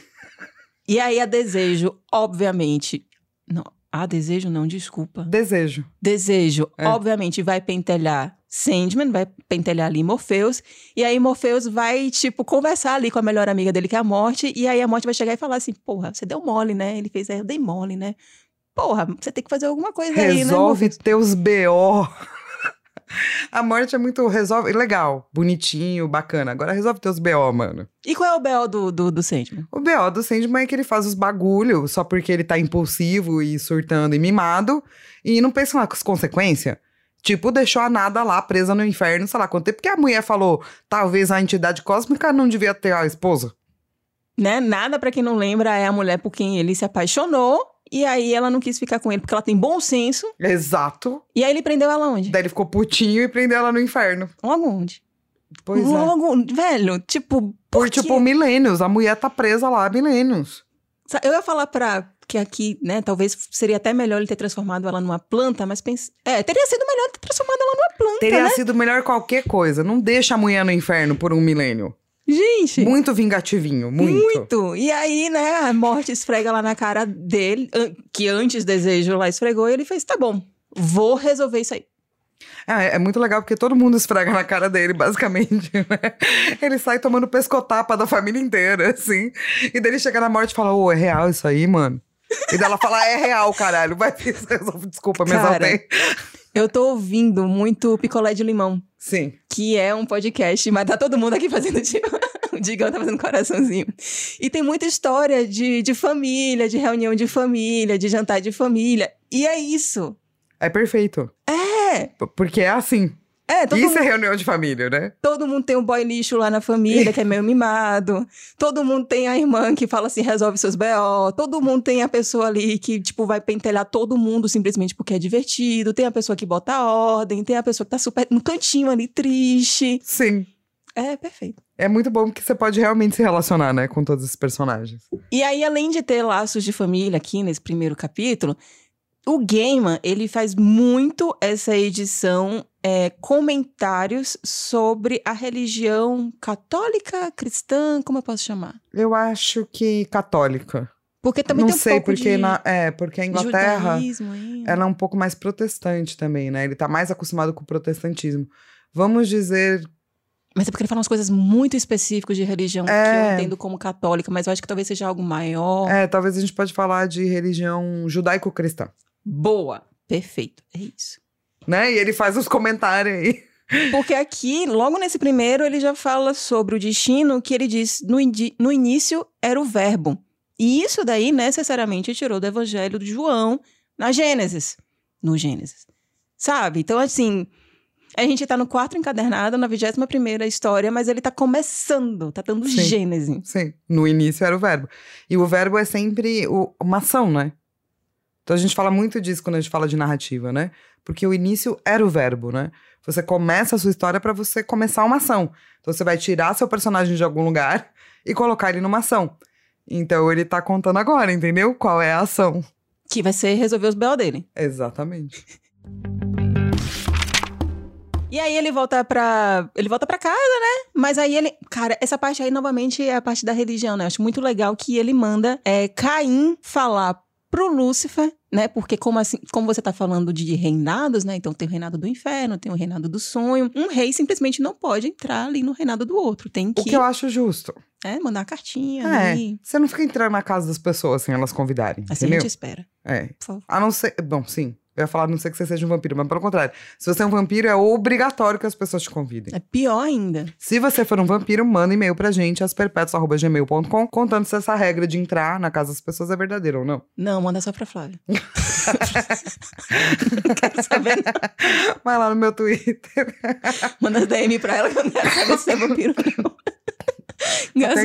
[SPEAKER 2] E aí a desejo, obviamente. Não, a desejo não, desculpa.
[SPEAKER 1] Desejo.
[SPEAKER 2] Desejo,
[SPEAKER 1] É.
[SPEAKER 2] obviamente, vai pentelhar Sandman, vai pentelhar ali Morpheus. E aí Morpheus vai, tipo, conversar ali com a melhor amiga dele, que é a Morte. E aí a Morte vai chegar e falar assim: porra, você deu mole, né? Ele fez, é, eu dei mole, né? Porra, você tem que fazer alguma coisa aí, né?
[SPEAKER 1] Resolve
[SPEAKER 2] Morpheus?"
[SPEAKER 1] teus BO. A morte é muito resolve, legal, bonitinho, bacana. Agora resolve teus BO, mano.
[SPEAKER 2] E qual é o B.O. do, do, do Sandman?
[SPEAKER 1] O BO do Sandman é que ele faz os bagulho só porque ele tá impulsivo e surtando e mimado e não pensa nas consequências. Tipo, deixou a nada lá presa no inferno, sei lá quanto tempo, porque a mulher falou, talvez a entidade cósmica não devia ter a esposa.
[SPEAKER 2] Né? Nada, pra quem não lembra, é a mulher por quem ele se apaixonou. E aí ela não quis ficar com ele porque ela tem bom senso.
[SPEAKER 1] Exato.
[SPEAKER 2] E aí ele prendeu ela onde?
[SPEAKER 1] Daí ele ficou putinho e prendeu ela no inferno.
[SPEAKER 2] Logo onde?
[SPEAKER 1] Pois é.
[SPEAKER 2] Logo, velho, tipo,
[SPEAKER 1] Por,
[SPEAKER 2] por quê?
[SPEAKER 1] tipo, milênios. A mulher tá presa lá há milênios.
[SPEAKER 2] Sa- Eu ia falar pra. Que aqui, né, talvez seria até melhor ele ter transformado ela numa planta, mas pense. É, teria sido melhor ter transformado ela numa planta,
[SPEAKER 1] Teria
[SPEAKER 2] né?
[SPEAKER 1] sido melhor qualquer coisa. Não deixa a mulher no inferno por um milênio.
[SPEAKER 2] Gente!
[SPEAKER 1] Muito vingativinho, muito.
[SPEAKER 2] muito. E aí, né, a morte esfrega lá na cara dele, an- que antes desejo lá esfregou, e ele fez: tá bom, vou resolver isso aí.
[SPEAKER 1] Ah, é é muito legal porque todo mundo esfrega na cara dele, basicamente, né? Ele sai tomando pescotapa da família inteira, assim. E daí ele chega na morte e fala: Ô, é real isso aí, mano? E daí ela fala: É real, caralho. Vai, desculpa, me
[SPEAKER 2] Cara.
[SPEAKER 1] exaltei.
[SPEAKER 2] Eu tô ouvindo muito picolé de limão,
[SPEAKER 1] Sim.
[SPEAKER 2] que é um podcast, mas tá todo mundo aqui fazendo tipo. O Digão tá fazendo coraçãozinho. E tem muita história de, de família, de reunião de família, de jantar de família. E é isso.
[SPEAKER 1] É perfeito.
[SPEAKER 2] É.
[SPEAKER 1] P- Porque é assim.
[SPEAKER 2] É, todo,
[SPEAKER 1] Isso
[SPEAKER 2] mundo,
[SPEAKER 1] é reunião de família, né?
[SPEAKER 2] todo mundo tem um boy lixo lá na família, que é meio mimado. Todo mundo tem a irmã que fala assim, resolve seus B.O. Todo mundo tem a pessoa ali que, tipo, vai pentelhar todo mundo simplesmente porque é divertido. Tem a pessoa que bota a ordem, tem a pessoa que tá super no cantinho ali, triste.
[SPEAKER 1] Sim.
[SPEAKER 2] É, perfeito.
[SPEAKER 1] É muito bom porque você pode realmente se relacionar, né, com todos esses personagens.
[SPEAKER 2] E aí, além de ter laços de família aqui nesse primeiro capítulo, o Gaiman, ele faz muito essa edição, é, comentários sobre a religião católica, cristã, como eu posso chamar?
[SPEAKER 1] Eu acho que católica.
[SPEAKER 2] Porque também
[SPEAKER 1] Não
[SPEAKER 2] tem um
[SPEAKER 1] sei,
[SPEAKER 2] pouco
[SPEAKER 1] porque
[SPEAKER 2] de
[SPEAKER 1] na, é, porque a Inglaterra.
[SPEAKER 2] judaísmo ainda.
[SPEAKER 1] ela é um pouco mais protestante também, né? Ele tá mais acostumado com o protestantismo. Vamos dizer,
[SPEAKER 2] Mas é porque ele fala umas coisas muito específicas de religião que eu
[SPEAKER 1] É.
[SPEAKER 2] entendo como católica, mas eu acho que talvez seja algo maior.
[SPEAKER 1] é, talvez a gente pode falar de religião judaico-cristã,
[SPEAKER 2] Boa. Perfeito. É isso.
[SPEAKER 1] né? E ele faz os comentários aí.
[SPEAKER 2] Porque aqui, logo nesse primeiro, ele já fala sobre o destino que ele diz no, indi- no início era o verbo. E isso daí necessariamente tirou do evangelho de João na Gênesis. No Gênesis. Sabe? Então, assim, a gente tá no quarto encadernado, na 21 primeira história, mas ele tá começando, tá dando
[SPEAKER 1] Sim.
[SPEAKER 2] Gênesis.
[SPEAKER 1] Sim, no início era o verbo. E o verbo é sempre o- uma ação, né? Então a gente fala muito disso quando a gente fala de narrativa, né? Porque o início era o verbo, né? Você começa a sua história pra você começar uma ação. Então você vai tirar seu personagem de algum lugar e colocar ele numa ação. Então ele tá contando agora, entendeu? Qual é a ação.
[SPEAKER 2] Que vai ser resolver os B.O. dele.
[SPEAKER 1] Exatamente.
[SPEAKER 2] E aí ele volta pra. Ele volta pra casa, né? Mas aí ele. Cara, essa parte aí novamente é a parte da religião, né? Eu acho muito legal que ele manda é, Caim falar Pro Lúcifer, né? Porque como assim, como você tá falando de reinados, né? Então tem o reinado do inferno, tem o reinado do sonho. Um rei simplesmente não pode entrar ali no reinado do outro. Tem
[SPEAKER 1] O
[SPEAKER 2] que,
[SPEAKER 1] que eu acho justo.
[SPEAKER 2] né, mandar uma cartinha
[SPEAKER 1] É.
[SPEAKER 2] ali.
[SPEAKER 1] Você não fica entrando na casa das pessoas sem elas convidarem,
[SPEAKER 2] Assim a
[SPEAKER 1] entendeu?
[SPEAKER 2] gente espera,
[SPEAKER 1] É.
[SPEAKER 2] por favor.
[SPEAKER 1] A não ser... Bom, sim. Eu ia falar, a não ser que você seja um vampiro, mas pelo contrário. Se você é um vampiro, é obrigatório que as pessoas te convidem.
[SPEAKER 2] É pior ainda.
[SPEAKER 1] Se você for um vampiro, manda e-mail pra gente, asperpetos.gmail.com, contando se essa regra de entrar na casa das pessoas é verdadeira ou não.
[SPEAKER 2] Não, manda só pra Flávia. não quero saber, não.
[SPEAKER 1] Vai lá no meu Twitter.
[SPEAKER 2] Manda DM pra ela que eu não quero saber se é vampiro ou não.
[SPEAKER 1] Até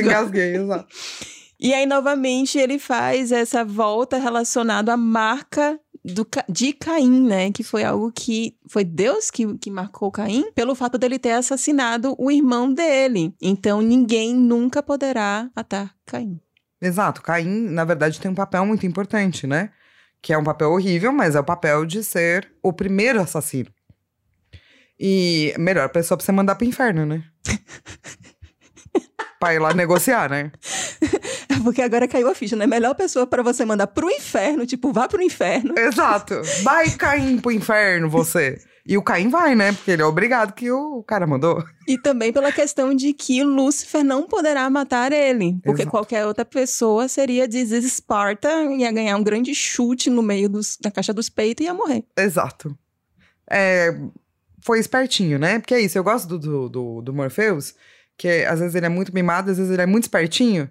[SPEAKER 2] Engasgou.
[SPEAKER 1] engasguei, exato.
[SPEAKER 2] E aí, novamente, ele faz essa volta relacionada à marca do, Ca- de Caim, né? Que foi algo que foi Deus que, que marcou Caim pelo fato dele ter assassinado o irmão dele. Então, ninguém nunca poderá matar Caim.
[SPEAKER 1] Exato. Caim, na verdade, tem um papel muito importante, né? Que é um papel horrível, mas é o papel de ser o primeiro assassino. E melhor pessoa pra você mandar pro inferno, né? pra ir lá negociar, né?
[SPEAKER 2] É Porque agora caiu a ficha, né? Melhor pessoa pra você mandar pro inferno, tipo, vá pro inferno.
[SPEAKER 1] Exato. Vai, Caim, pro inferno, você. E o Caim vai, né? Porque ele é obrigado que o cara mandou.
[SPEAKER 2] E também pela questão de que Lúcifer não poderá matar ele. Porque
[SPEAKER 1] Exato.
[SPEAKER 2] qualquer outra pessoa seria desesparta, ia ganhar um grande chute no meio dos- da caixa dos peitos e ia morrer.
[SPEAKER 1] Exato. É, foi espertinho, né? Porque é isso, eu gosto do, do, do, do Morpheus, que às vezes ele é muito mimado, às vezes ele é muito espertinho.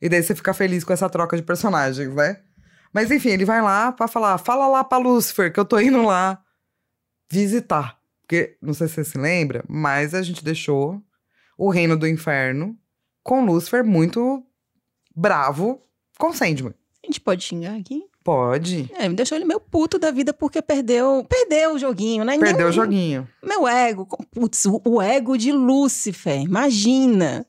[SPEAKER 1] E daí você fica feliz com essa troca de personagens, né? Mas enfim, ele vai lá pra falar, fala lá pra Lucifer que eu tô indo lá visitar. Porque, não sei se você se lembra, mas a gente deixou o Reino do Inferno com Lucifer muito bravo com Sandman.
[SPEAKER 2] A gente pode xingar aqui?
[SPEAKER 1] Pode.
[SPEAKER 2] É, me deixou ele meio puto da vida porque perdeu, perdeu o joguinho, né?
[SPEAKER 1] Perdeu
[SPEAKER 2] Nem-
[SPEAKER 1] o joguinho.
[SPEAKER 2] Meu ego, com- putz, o, o ego de Lúcifer, imagina.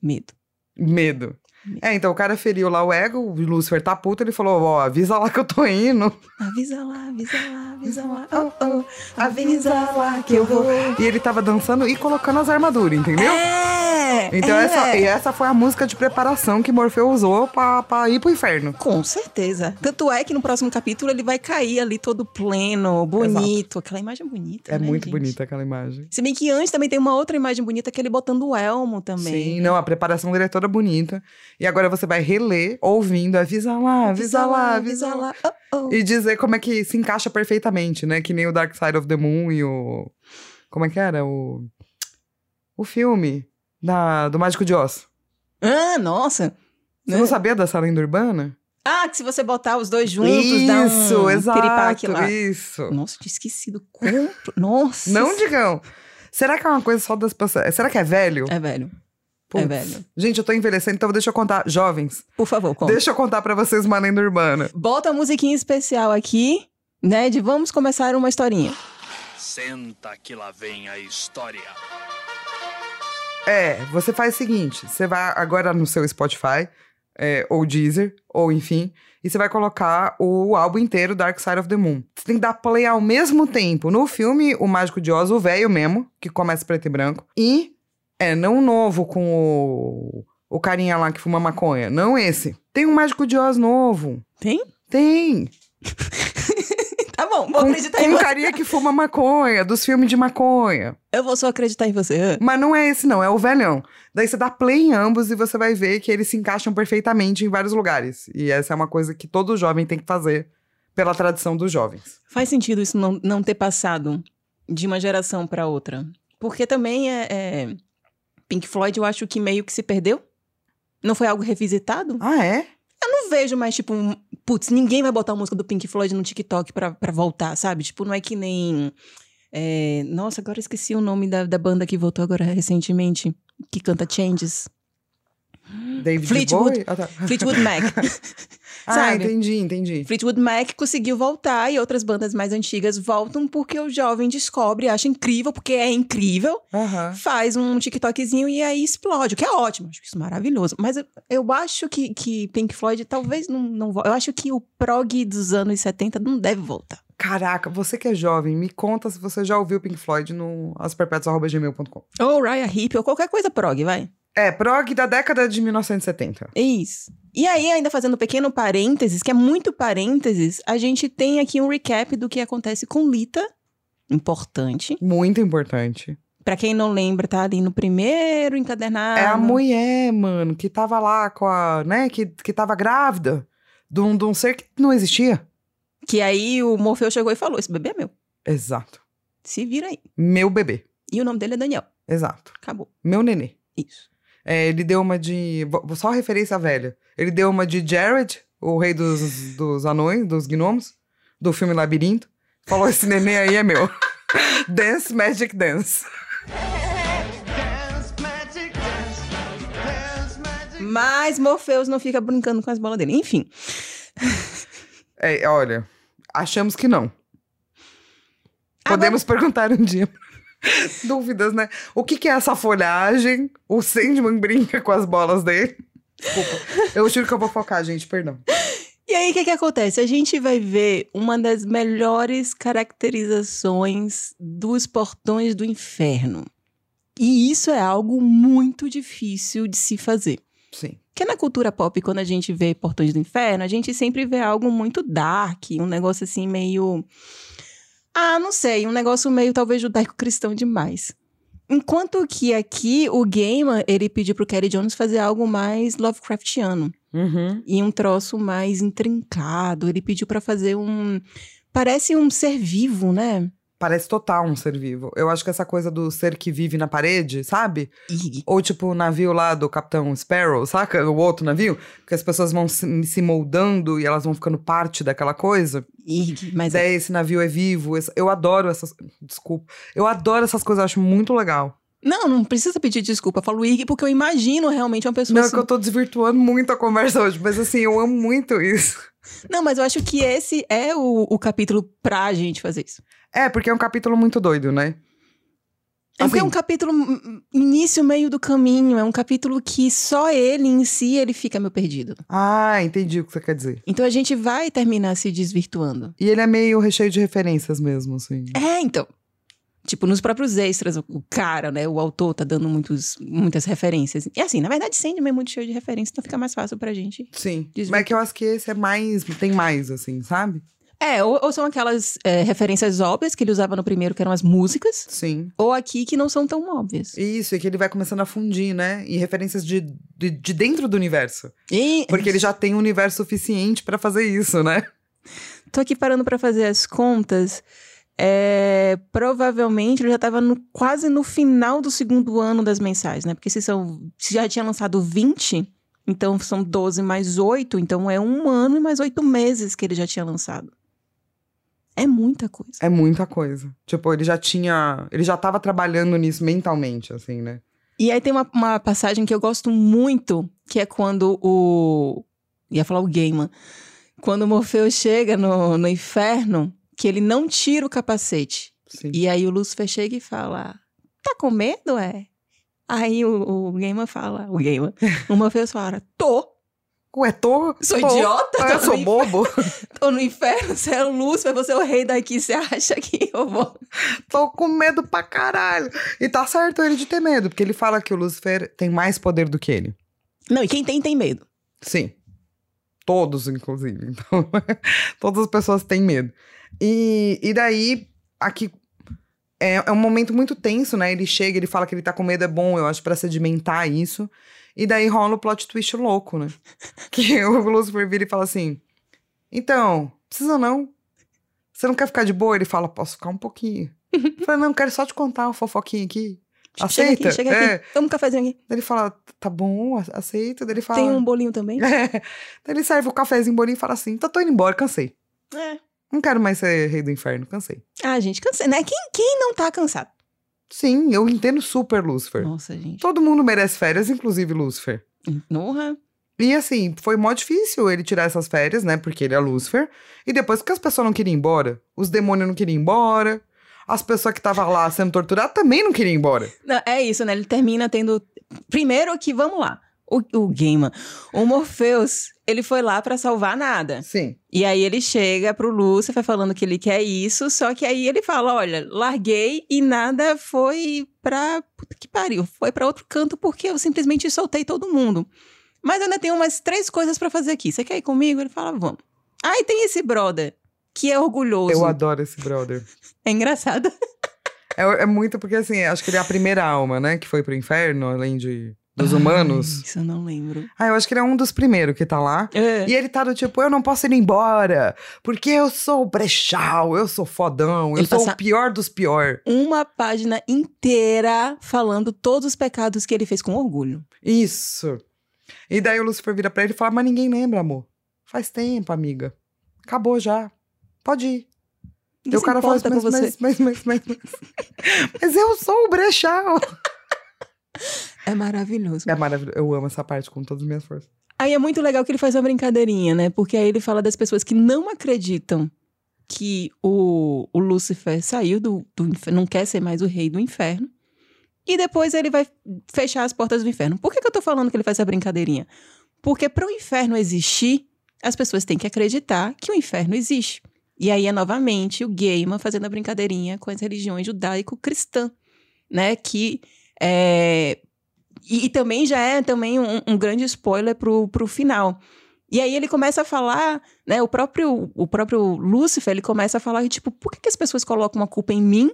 [SPEAKER 2] Medo.
[SPEAKER 1] Medo. É, então o cara feriu lá o ego, o Lúcifer tá puto, ele falou, ó, avisa lá que eu tô indo.
[SPEAKER 2] Avisa lá, avisa lá, avisa lá, oh, oh, avisa lá que eu vou.
[SPEAKER 1] E ele tava dançando e colocando as armaduras, entendeu?
[SPEAKER 2] É!
[SPEAKER 1] Então
[SPEAKER 2] é.
[SPEAKER 1] essa, e essa foi a música de preparação que Morfeu usou pra, pra ir pro inferno.
[SPEAKER 2] Com certeza. Tanto é que no próximo capítulo ele vai cair ali todo pleno, bonito. Aquela imagem bonita.
[SPEAKER 1] É
[SPEAKER 2] né,
[SPEAKER 1] muito
[SPEAKER 2] gente?
[SPEAKER 1] bonita aquela imagem.
[SPEAKER 2] Se bem que antes também tem uma outra imagem bonita que é ele botando o elmo também.
[SPEAKER 1] Sim, não, a preparação dele é toda bonita. E agora você vai reler, ouvindo, avisa lá, avisa lá, avisa lá.
[SPEAKER 2] Oh, oh.
[SPEAKER 1] E dizer como é que se encaixa perfeitamente, né? Que nem o Dark Side of the Moon e o. Como é que era? O. O filme da, do Mágico de Oz.
[SPEAKER 2] Ah, nossa!
[SPEAKER 1] Você
[SPEAKER 2] Né?
[SPEAKER 1] não sabia dessa lenda urbana?
[SPEAKER 2] Ah, que se você botar os dois juntos, dá um
[SPEAKER 1] isso,
[SPEAKER 2] piripaque
[SPEAKER 1] exato,
[SPEAKER 2] lá.
[SPEAKER 1] isso.
[SPEAKER 2] Nossa, tinha esquecido. Compro- Nossa!
[SPEAKER 1] Não digam. Será que é uma coisa só das pessoas? Será que é velho?
[SPEAKER 2] É velho,
[SPEAKER 1] Putz.
[SPEAKER 2] é velho.
[SPEAKER 1] Gente, eu tô envelhecendo, então deixa eu contar. Jovens,
[SPEAKER 2] Por favor, conta.
[SPEAKER 1] deixa eu contar pra vocês uma lenda urbana.
[SPEAKER 2] Bota a musiquinha especial aqui, né? De vamos começar uma historinha.
[SPEAKER 3] Senta que lá vem a história.
[SPEAKER 1] É, você faz o seguinte: você vai agora no seu Spotify, é, ou Deezer, ou enfim, e você vai colocar o álbum inteiro Dark Side of the Moon. Você tem que dar play ao mesmo tempo no filme O Mágico de Oz, o velho mesmo, que começa preto e branco, e é não o novo com o, o carinha lá que fuma maconha, não esse. Tem um Mágico de Oz novo.
[SPEAKER 2] Tem?
[SPEAKER 1] Tem.
[SPEAKER 2] Tá bom, vou
[SPEAKER 1] com,
[SPEAKER 2] acreditar em
[SPEAKER 1] com um
[SPEAKER 2] você.
[SPEAKER 1] carinha que fuma maconha, dos filmes de maconha.
[SPEAKER 2] Eu vou só acreditar em você. Ah.
[SPEAKER 1] Mas não é esse, não, é o velhão. Daí você dá play em ambos e você vai ver que eles se encaixam perfeitamente em vários lugares. E essa é uma coisa que todo jovem tem que fazer pela tradição dos jovens.
[SPEAKER 2] Faz sentido isso não, não ter passado de uma geração pra outra. Porque também é, é- Pink Floyd, eu acho que meio que se perdeu. Não foi algo revisitado?
[SPEAKER 1] Ah, é?
[SPEAKER 2] Eu não vejo mais, tipo, um- putz, ninguém vai botar a música do Pink Floyd no TikTok pra, pra voltar, sabe? Tipo, não é que nem. é, Nossa, agora eu esqueci o nome da, da banda que voltou agora recentemente, que canta Changes.
[SPEAKER 1] David
[SPEAKER 2] Fleetwood.
[SPEAKER 1] Bowie? Ah, tá.
[SPEAKER 2] Fleetwood Mac.
[SPEAKER 1] ah,
[SPEAKER 2] sabe?
[SPEAKER 1] entendi, entendi.
[SPEAKER 2] Fleetwood Mac conseguiu voltar e outras bandas mais antigas voltam porque o jovem descobre, acha incrível, porque é incrível,
[SPEAKER 1] Aham.
[SPEAKER 2] faz um TikTokzinho e aí explode, o que é ótimo, acho isso maravilhoso. Mas eu, eu acho que, que Pink Floyd talvez não, não volte. Eu acho que o prog dos anos 70 não deve voltar.
[SPEAKER 1] Caraca, você que é jovem, me conta se você já ouviu Pink Floyd no asperpetos.gmail.com.
[SPEAKER 2] Ou Raya Hip, ou qualquer coisa prog, vai.
[SPEAKER 1] É, prog da década de 1970.
[SPEAKER 2] É isso. E aí, ainda fazendo um pequeno parênteses, que é muito parênteses, a gente tem aqui um recap do que acontece com Lita. Importante.
[SPEAKER 1] Muito importante.
[SPEAKER 2] Pra quem não lembra, tá ali no primeiro encadernado.
[SPEAKER 1] É a mulher, mano, que tava lá com a. né? Que, que tava grávida de um, de um ser que não existia.
[SPEAKER 2] Que aí o Morfeu chegou e falou: Esse bebê é meu.
[SPEAKER 1] Exato.
[SPEAKER 2] Se vira aí.
[SPEAKER 1] Meu bebê.
[SPEAKER 2] E o nome dele é Daniel.
[SPEAKER 1] Exato.
[SPEAKER 2] Acabou.
[SPEAKER 1] Meu nenê.
[SPEAKER 2] Isso.
[SPEAKER 1] É, ele deu uma de. vou- Só referência velha. Ele deu uma de Jared, o rei dos, dos anões, dos gnomos, do filme Labirinto. Falou: esse neném aí é meu. Dance Magic Dance.
[SPEAKER 2] Mas Morfeus não fica brincando com as bolas dele. Enfim.
[SPEAKER 1] É, olha, achamos que não.
[SPEAKER 2] Agora-
[SPEAKER 1] Podemos perguntar um dia. Dúvidas, né? O que, que é essa folhagem? O Sandman brinca com as bolas dele. Desculpa. Eu juro que eu vou focar, gente, perdão.
[SPEAKER 2] E aí, o que, que acontece? A gente vai ver uma das melhores caracterizações dos portões do inferno. E isso é algo muito difícil de se fazer.
[SPEAKER 1] Sim.
[SPEAKER 2] Porque na cultura pop, quando a gente vê Portões do Inferno, a gente sempre vê algo muito dark, um negócio assim meio. Ah, não sei, um negócio meio talvez judaico-cristão demais. Enquanto que aqui o Gamer, ele pediu pro Kerry Jones fazer algo mais Lovecraftiano
[SPEAKER 1] Uhum.
[SPEAKER 2] e um troço mais intrincado. Ele pediu pra fazer um. Parece um ser vivo, né?
[SPEAKER 1] Parece total um ser vivo. Eu acho que essa coisa do ser que vive na parede, sabe?
[SPEAKER 2] E-
[SPEAKER 1] Ou tipo o navio lá do Capitão Sparrow, saca? O outro navio, que as pessoas vão se, se moldando e elas vão ficando parte daquela coisa.
[SPEAKER 2] e- mas
[SPEAKER 1] Mas é, esse navio é vivo. esse- eu adoro essas. Desculpa. Eu adoro essas coisas, eu acho muito legal.
[SPEAKER 2] Não, não precisa pedir desculpa. Eu falo Ig porque eu imagino realmente uma pessoa.
[SPEAKER 1] Não, é
[SPEAKER 2] assim-
[SPEAKER 1] que eu tô desvirtuando muito a conversa hoje, mas assim, eu amo muito isso.
[SPEAKER 2] Não, mas eu acho que esse é o, o capítulo pra gente fazer isso.
[SPEAKER 1] É, porque é um capítulo muito doido, né?
[SPEAKER 2] É porque é um
[SPEAKER 1] Assim.
[SPEAKER 2] capítulo hum, início, meio do caminho. É um capítulo que só ele em si, ele fica meio perdido.
[SPEAKER 1] Ah, entendi o que você quer dizer.
[SPEAKER 2] Então a gente vai terminar se desvirtuando.
[SPEAKER 1] E ele é meio recheio de referências mesmo, assim.
[SPEAKER 2] É, então. Tipo, nos próprios extras, o- o cara, né? O autor tá dando muitos, muitas referências. E assim, na verdade, Sandman é muito cheio de referências, então fica mais fácil pra gente.
[SPEAKER 1] Sim.
[SPEAKER 2] Desvirtu-
[SPEAKER 1] Mas é que eu acho que esse é mais. Tem mais, assim, sabe?
[SPEAKER 2] É, ou, ou são aquelas é, referências óbvias que ele usava no primeiro, que eram as músicas,
[SPEAKER 1] Sim.
[SPEAKER 2] ou aqui que não são tão óbvias.
[SPEAKER 1] Isso, e que ele vai começando a fundir, né? E referências de, de, de dentro do universo.
[SPEAKER 2] E-
[SPEAKER 1] Porque ele já tem um universo suficiente pra fazer isso, né?
[SPEAKER 2] Tô aqui parando pra fazer as contas. É, provavelmente ele já tava no- quase no final do segundo ano das mensais, né? Porque se, são, se já tinha lançado 20, então são 12 mais 8, então é um ano e mais oito meses que ele já tinha lançado. É muita coisa.
[SPEAKER 1] É muita coisa. Tipo, ele já tinha. Ele já tava trabalhando nisso mentalmente, assim, né?
[SPEAKER 2] E aí tem uma, uma passagem que eu gosto muito, que é quando o. Ia falar o Gaiman. Quando o Morfeu chega no, no inferno, que ele não tira o capacete.
[SPEAKER 1] Sim.
[SPEAKER 2] E aí o Lúcifer chega e fala: Tá com medo, é? Aí o, o Gaiman fala, o Gaiman, o Morpheus fala, tô,
[SPEAKER 1] Ué, tô.
[SPEAKER 2] sou
[SPEAKER 1] tô- É,
[SPEAKER 2] idiota,
[SPEAKER 1] Eu
[SPEAKER 2] tô, no,
[SPEAKER 1] sou
[SPEAKER 2] in-
[SPEAKER 1] bobo.
[SPEAKER 2] tô no inferno, você é o Lúcifer, você é o rei daqui, você acha que eu vou...
[SPEAKER 1] tô com medo pra caralho. E tá certo ele de ter medo, porque ele fala que o Lucifer tem mais poder do que ele.
[SPEAKER 2] Não, e quem tem, tem medo.
[SPEAKER 1] Sim. Todos, inclusive. Então, todas as pessoas têm medo. E, e daí, aqui. É, é um momento muito tenso, né? Ele chega, ele fala que ele tá com medo, é bom, eu acho, pra sedimentar isso. E daí rola o plot twist louco, né? Que o Lucifer vira e fala assim: Então, precisa não. Você não quer ficar de boa? Ele fala: Posso ficar um pouquinho. Eu falei: Não, quero só te contar uma fofoquinha aqui. Aceita?
[SPEAKER 2] Chega aqui, chega
[SPEAKER 1] É.
[SPEAKER 2] aqui, toma um cafezinho aqui.
[SPEAKER 1] Daí ele fala: Tá bom, aceita. Daí ele fala:
[SPEAKER 2] Tem um bolinho também?
[SPEAKER 1] é. Daí ele serve o cafezinho bolinho e fala assim: tá, tô indo embora, cansei.
[SPEAKER 2] É.
[SPEAKER 1] Não quero mais ser rei do inferno, cansei.
[SPEAKER 2] Ah, gente, cansei, né? Quem, quem não tá cansado?
[SPEAKER 1] Sim, eu entendo super Lucifer.
[SPEAKER 2] Nossa, gente.
[SPEAKER 1] Todo mundo merece férias, inclusive Lucifer.
[SPEAKER 2] Norra.
[SPEAKER 1] E assim, foi mó difícil ele tirar essas férias, né? Porque ele é Lucifer. E depois porque as pessoas não queriam ir embora, os demônios não queriam ir embora, as pessoas que estavam lá sendo torturadas também não queriam ir embora.
[SPEAKER 2] Não, é isso, né? Ele termina tendo. Primeiro que, vamos lá. O, o Gaiman, o Morpheus, ele foi lá pra salvar nada.
[SPEAKER 1] Sim.
[SPEAKER 2] E aí ele chega pro Lúcifer falando que ele quer isso, só que aí ele fala, olha, larguei e nada foi pra... Puta que pariu, foi pra outro canto porque eu simplesmente soltei todo mundo. Mas eu ainda tenho umas três coisas pra fazer aqui. Você quer ir comigo? Ele fala, vamos. Aí tem esse brother, que é orgulhoso.
[SPEAKER 1] Eu adoro esse brother.
[SPEAKER 2] É engraçado.
[SPEAKER 1] É, é muito porque, assim, acho que ele é a primeira alma, né? Que foi pro inferno, além de,
[SPEAKER 2] Ah.
[SPEAKER 1] dos humanos.
[SPEAKER 2] Ai, Isso eu não lembro.
[SPEAKER 1] Ah, eu acho que ele é um dos primeiros que tá lá.
[SPEAKER 2] É.
[SPEAKER 1] E ele tá do tipo, eu não posso ir embora, porque eu sou o brechal, eu sou fodão, eu
[SPEAKER 2] Ele
[SPEAKER 1] sou
[SPEAKER 2] passa-
[SPEAKER 1] o pior dos pior.
[SPEAKER 2] Uma página inteira falando todos os pecados que ele fez com orgulho.
[SPEAKER 1] Isso. E daí o Lucifer vira pra ele e fala, mas ninguém lembra, amor. Faz tempo, amiga. Acabou já. Pode ir. E
[SPEAKER 2] Ninguém
[SPEAKER 1] o
[SPEAKER 2] se
[SPEAKER 1] cara fala,
[SPEAKER 2] importa
[SPEAKER 1] assim, mas,
[SPEAKER 2] com você.
[SPEAKER 1] mas, mas, mas, mas, mas- mas eu sou o brechal.
[SPEAKER 2] É maravilhoso.
[SPEAKER 1] É maravilhoso. Eu amo essa parte com todas as minhas forças.
[SPEAKER 2] Aí é muito legal que ele faz uma brincadeirinha, né? Porque aí ele fala das pessoas que não acreditam que o, o Lúcifer saiu do, do inferno, não quer ser mais o rei do inferno. E depois ele vai fechar as portas do inferno. Por que, que eu tô falando que ele faz essa brincadeirinha? Porque para o inferno existir, as pessoas têm que acreditar que o inferno existe. E aí é novamente o Gaiman fazendo a brincadeirinha com as religiões judaico-cristã, né? Que é, e, e também já é também um, um grande spoiler pro, pro final. E aí ele começa a falar, né? O próprio, o próprio Lúcifer, ele começa a falar, tipo, por que, que as pessoas colocam a culpa em mim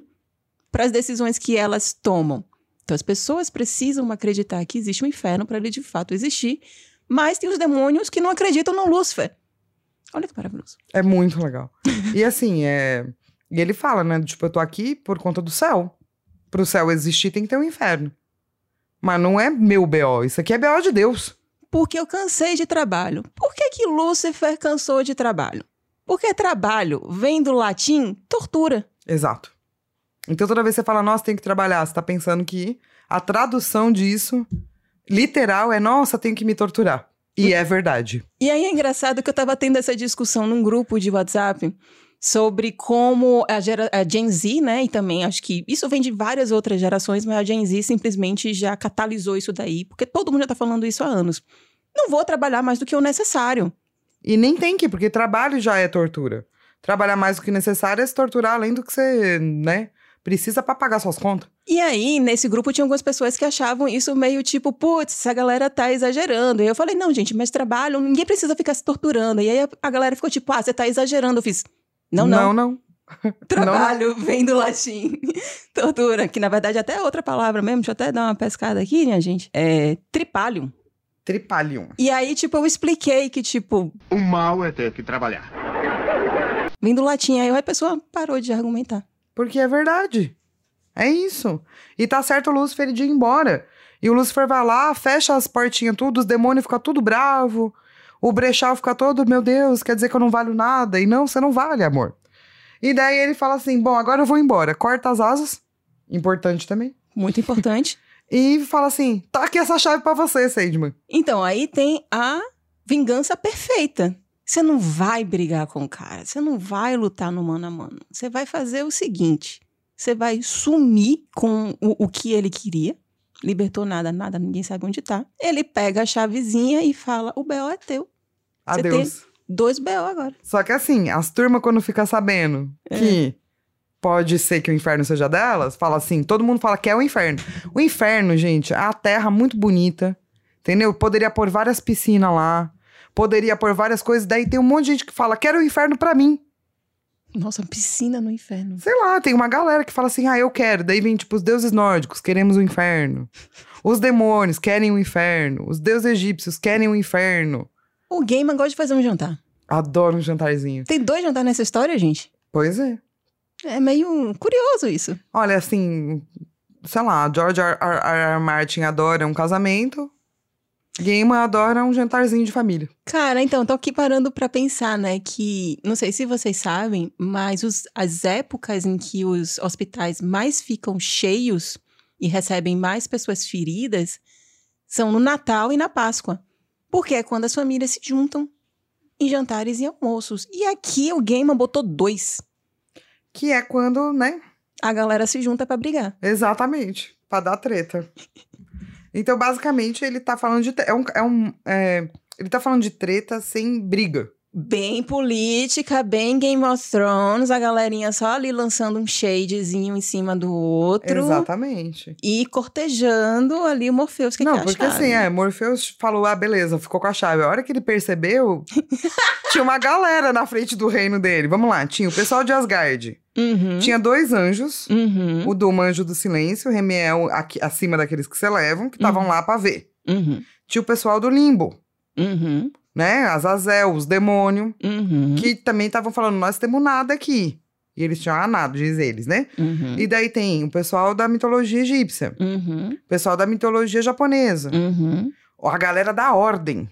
[SPEAKER 2] para as decisões que elas tomam? Então as pessoas precisam acreditar que existe um inferno para ele de fato existir, mas tem os demônios que não acreditam no Lúcifer. Olha que maravilhoso.
[SPEAKER 1] É muito legal. e assim, é... E ele fala, né? Tipo, eu tô aqui por conta do céu. Pro céu existir tem que ter um inferno. Mas não é meu B.O. Isso aqui é B.O. de Deus.
[SPEAKER 2] Porque eu cansei de trabalho. Por que que Lúcifer cansou de trabalho? Porque trabalho vem do latim tortura.
[SPEAKER 1] Exato. Então toda vez que você fala, nossa, tem que trabalhar, você tá pensando que a tradução disso, literal, é nossa, tenho que me torturar. E é verdade.
[SPEAKER 2] E aí é engraçado que eu tava tendo essa discussão num grupo de WhatsApp sobre como a, gera, a Gen Z, né, e também acho que isso vem de várias outras gerações, mas a Gen Z simplesmente já catalisou isso daí, porque todo mundo já tá falando isso há anos. Não vou trabalhar mais do que o necessário.
[SPEAKER 1] E nem tem que, porque trabalho já é tortura. Trabalhar mais do que necessário é se torturar além do que você, né, precisa pra pagar suas contas.
[SPEAKER 2] E aí, nesse grupo, tinha algumas pessoas que achavam isso meio tipo, putz, essa galera tá exagerando. E eu falei, não, gente, mas trabalho, ninguém precisa ficar se torturando. E aí a, a galera ficou tipo, ah, você tá exagerando. Eu fiz, não, não,
[SPEAKER 1] Não, não.
[SPEAKER 2] Trabalho vem do latim. Tortura, que na verdade até é outra palavra mesmo. Deixa eu até dar uma pescada aqui, minha gente. É tripalium.
[SPEAKER 1] Tripalium.
[SPEAKER 2] E aí, tipo, eu expliquei que, tipo,
[SPEAKER 4] O mal é ter que trabalhar.
[SPEAKER 2] vem do latim. Aí a pessoa parou de argumentar.
[SPEAKER 1] Porque é verdade. É isso. E tá certo o Lúcifer de ir embora. E o Lúcifer vai lá, fecha as portinhas tudo, os demônios ficam tudo bravo. O brechal fica todo, meu Deus, quer dizer que eu não valho nada. E não, você não vale, amor. E daí ele fala assim, bom, agora eu vou embora. Corta as asas, importante também.
[SPEAKER 2] Muito importante.
[SPEAKER 1] E fala assim, tá aqui essa chave pra você, Sandman.
[SPEAKER 2] Então, aí tem a vingança perfeita. Você não vai brigar com o cara, você não vai lutar no mano a mano. Você vai fazer o seguinte: você vai sumir com o, o que ele queria. Libertou nada, nada, ninguém sabe onde tá. Ele pega a chavezinha e fala: o BO é teu. Você tem-
[SPEAKER 1] Adeus.
[SPEAKER 2] Dois BO agora.
[SPEAKER 1] Só que assim, as turmas, quando fica sabendo que pode ser que o inferno seja delas, fala assim: todo mundo fala que é o inferno. O inferno, gente, é a terra muito bonita, entendeu? Poderia pôr várias piscinas lá, poderia pôr várias coisas. Daí tem um monte de gente que fala: quero o inferno pra mim.
[SPEAKER 2] Nossa, piscina no inferno.
[SPEAKER 1] Sei lá, tem uma galera que fala assim: ah, eu quero. Daí vem tipo os deuses nórdicos, queremos o inferno. Os demônios querem o inferno. Os deuses egípcios querem o inferno.
[SPEAKER 2] O Gaiman gosta de fazer um jantar.
[SPEAKER 1] Adoro um jantarzinho.
[SPEAKER 2] Tem dois jantar nessa história, gente?
[SPEAKER 1] Pois é.
[SPEAKER 2] É meio curioso isso.
[SPEAKER 1] Olha, assim, sei lá, George R. R. R. Martin adora um casamento, Gaiman adora um jantarzinho de família.
[SPEAKER 2] Cara, então, tô aqui parando pra pensar, né, que não sei se vocês sabem, mas os- as épocas em que os hospitais mais ficam cheios e recebem mais pessoas feridas são no Natal e na Páscoa. Porque é quando as famílias se juntam em jantares e almoços. E aqui o Gaiman botou dois.
[SPEAKER 1] Que é quando, né?
[SPEAKER 2] A galera se junta pra brigar.
[SPEAKER 1] Exatamente, pra dar treta. Então, basicamente, ele tá falando de. tre- É um, é um, é, ele tá falando de treta sem briga.
[SPEAKER 2] bem política, bem Game of Thrones, a galerinha só ali lançando um shadezinho em cima do outro.
[SPEAKER 1] Exatamente.
[SPEAKER 2] E cortejando ali o Morpheus. O que
[SPEAKER 1] não,
[SPEAKER 2] que
[SPEAKER 1] porque
[SPEAKER 2] acharam?
[SPEAKER 1] assim, é, Morpheus falou, ah, beleza, ficou com a chave. A hora que ele percebeu, tinha uma galera na frente do reino dele. Vamos lá, tinha o pessoal de Asgard.
[SPEAKER 2] Uhum.
[SPEAKER 1] Tinha dois anjos.
[SPEAKER 2] Uhum.
[SPEAKER 1] O Duma, anjo do silêncio, o Remiel, aqui- acima daqueles que se elevam, que estavam lá pra ver.
[SPEAKER 2] Uhum.
[SPEAKER 1] Tinha o pessoal do limbo,
[SPEAKER 2] Uhum.
[SPEAKER 1] né? Azazel, os demônios,
[SPEAKER 2] Uhum.
[SPEAKER 1] que também estavam falando, nós temos nada aqui. E eles tinham ah, nada, diz eles, né?
[SPEAKER 2] Uhum.
[SPEAKER 1] E daí tem o pessoal da mitologia egípcia,
[SPEAKER 2] Uhum.
[SPEAKER 1] o pessoal da mitologia japonesa,
[SPEAKER 2] Uhum.
[SPEAKER 1] a galera da ordem,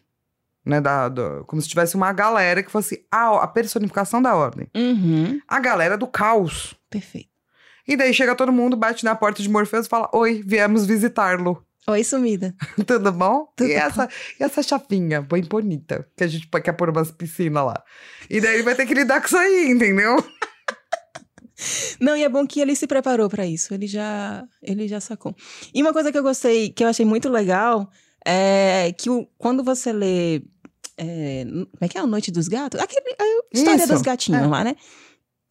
[SPEAKER 1] né? Da, do- como se tivesse uma galera que fosse a, a personificação da ordem.
[SPEAKER 2] Uhum.
[SPEAKER 1] A galera do caos.
[SPEAKER 2] Perfeito.
[SPEAKER 1] E daí chega todo mundo, bate na porta de Morpheus e fala: Oi, viemos visitá-lo.
[SPEAKER 2] Oi, sumida.
[SPEAKER 1] Tudo bom?
[SPEAKER 2] Tudo
[SPEAKER 1] e, Essa, e essa chafinha, bem bonita, que a gente quer pôr umas piscinas lá. E daí ele vai ter que lidar com isso aí, entendeu?
[SPEAKER 2] Não, e é bom que ele se preparou pra isso. Ele já, ele já sacou. E uma coisa que eu gostei, que eu achei muito legal, é que o- quando você lê. é, como é que é? O Noite dos Gatos? Aquele, a história
[SPEAKER 1] Isso,
[SPEAKER 2] dos gatinhos
[SPEAKER 1] é.
[SPEAKER 2] lá, né?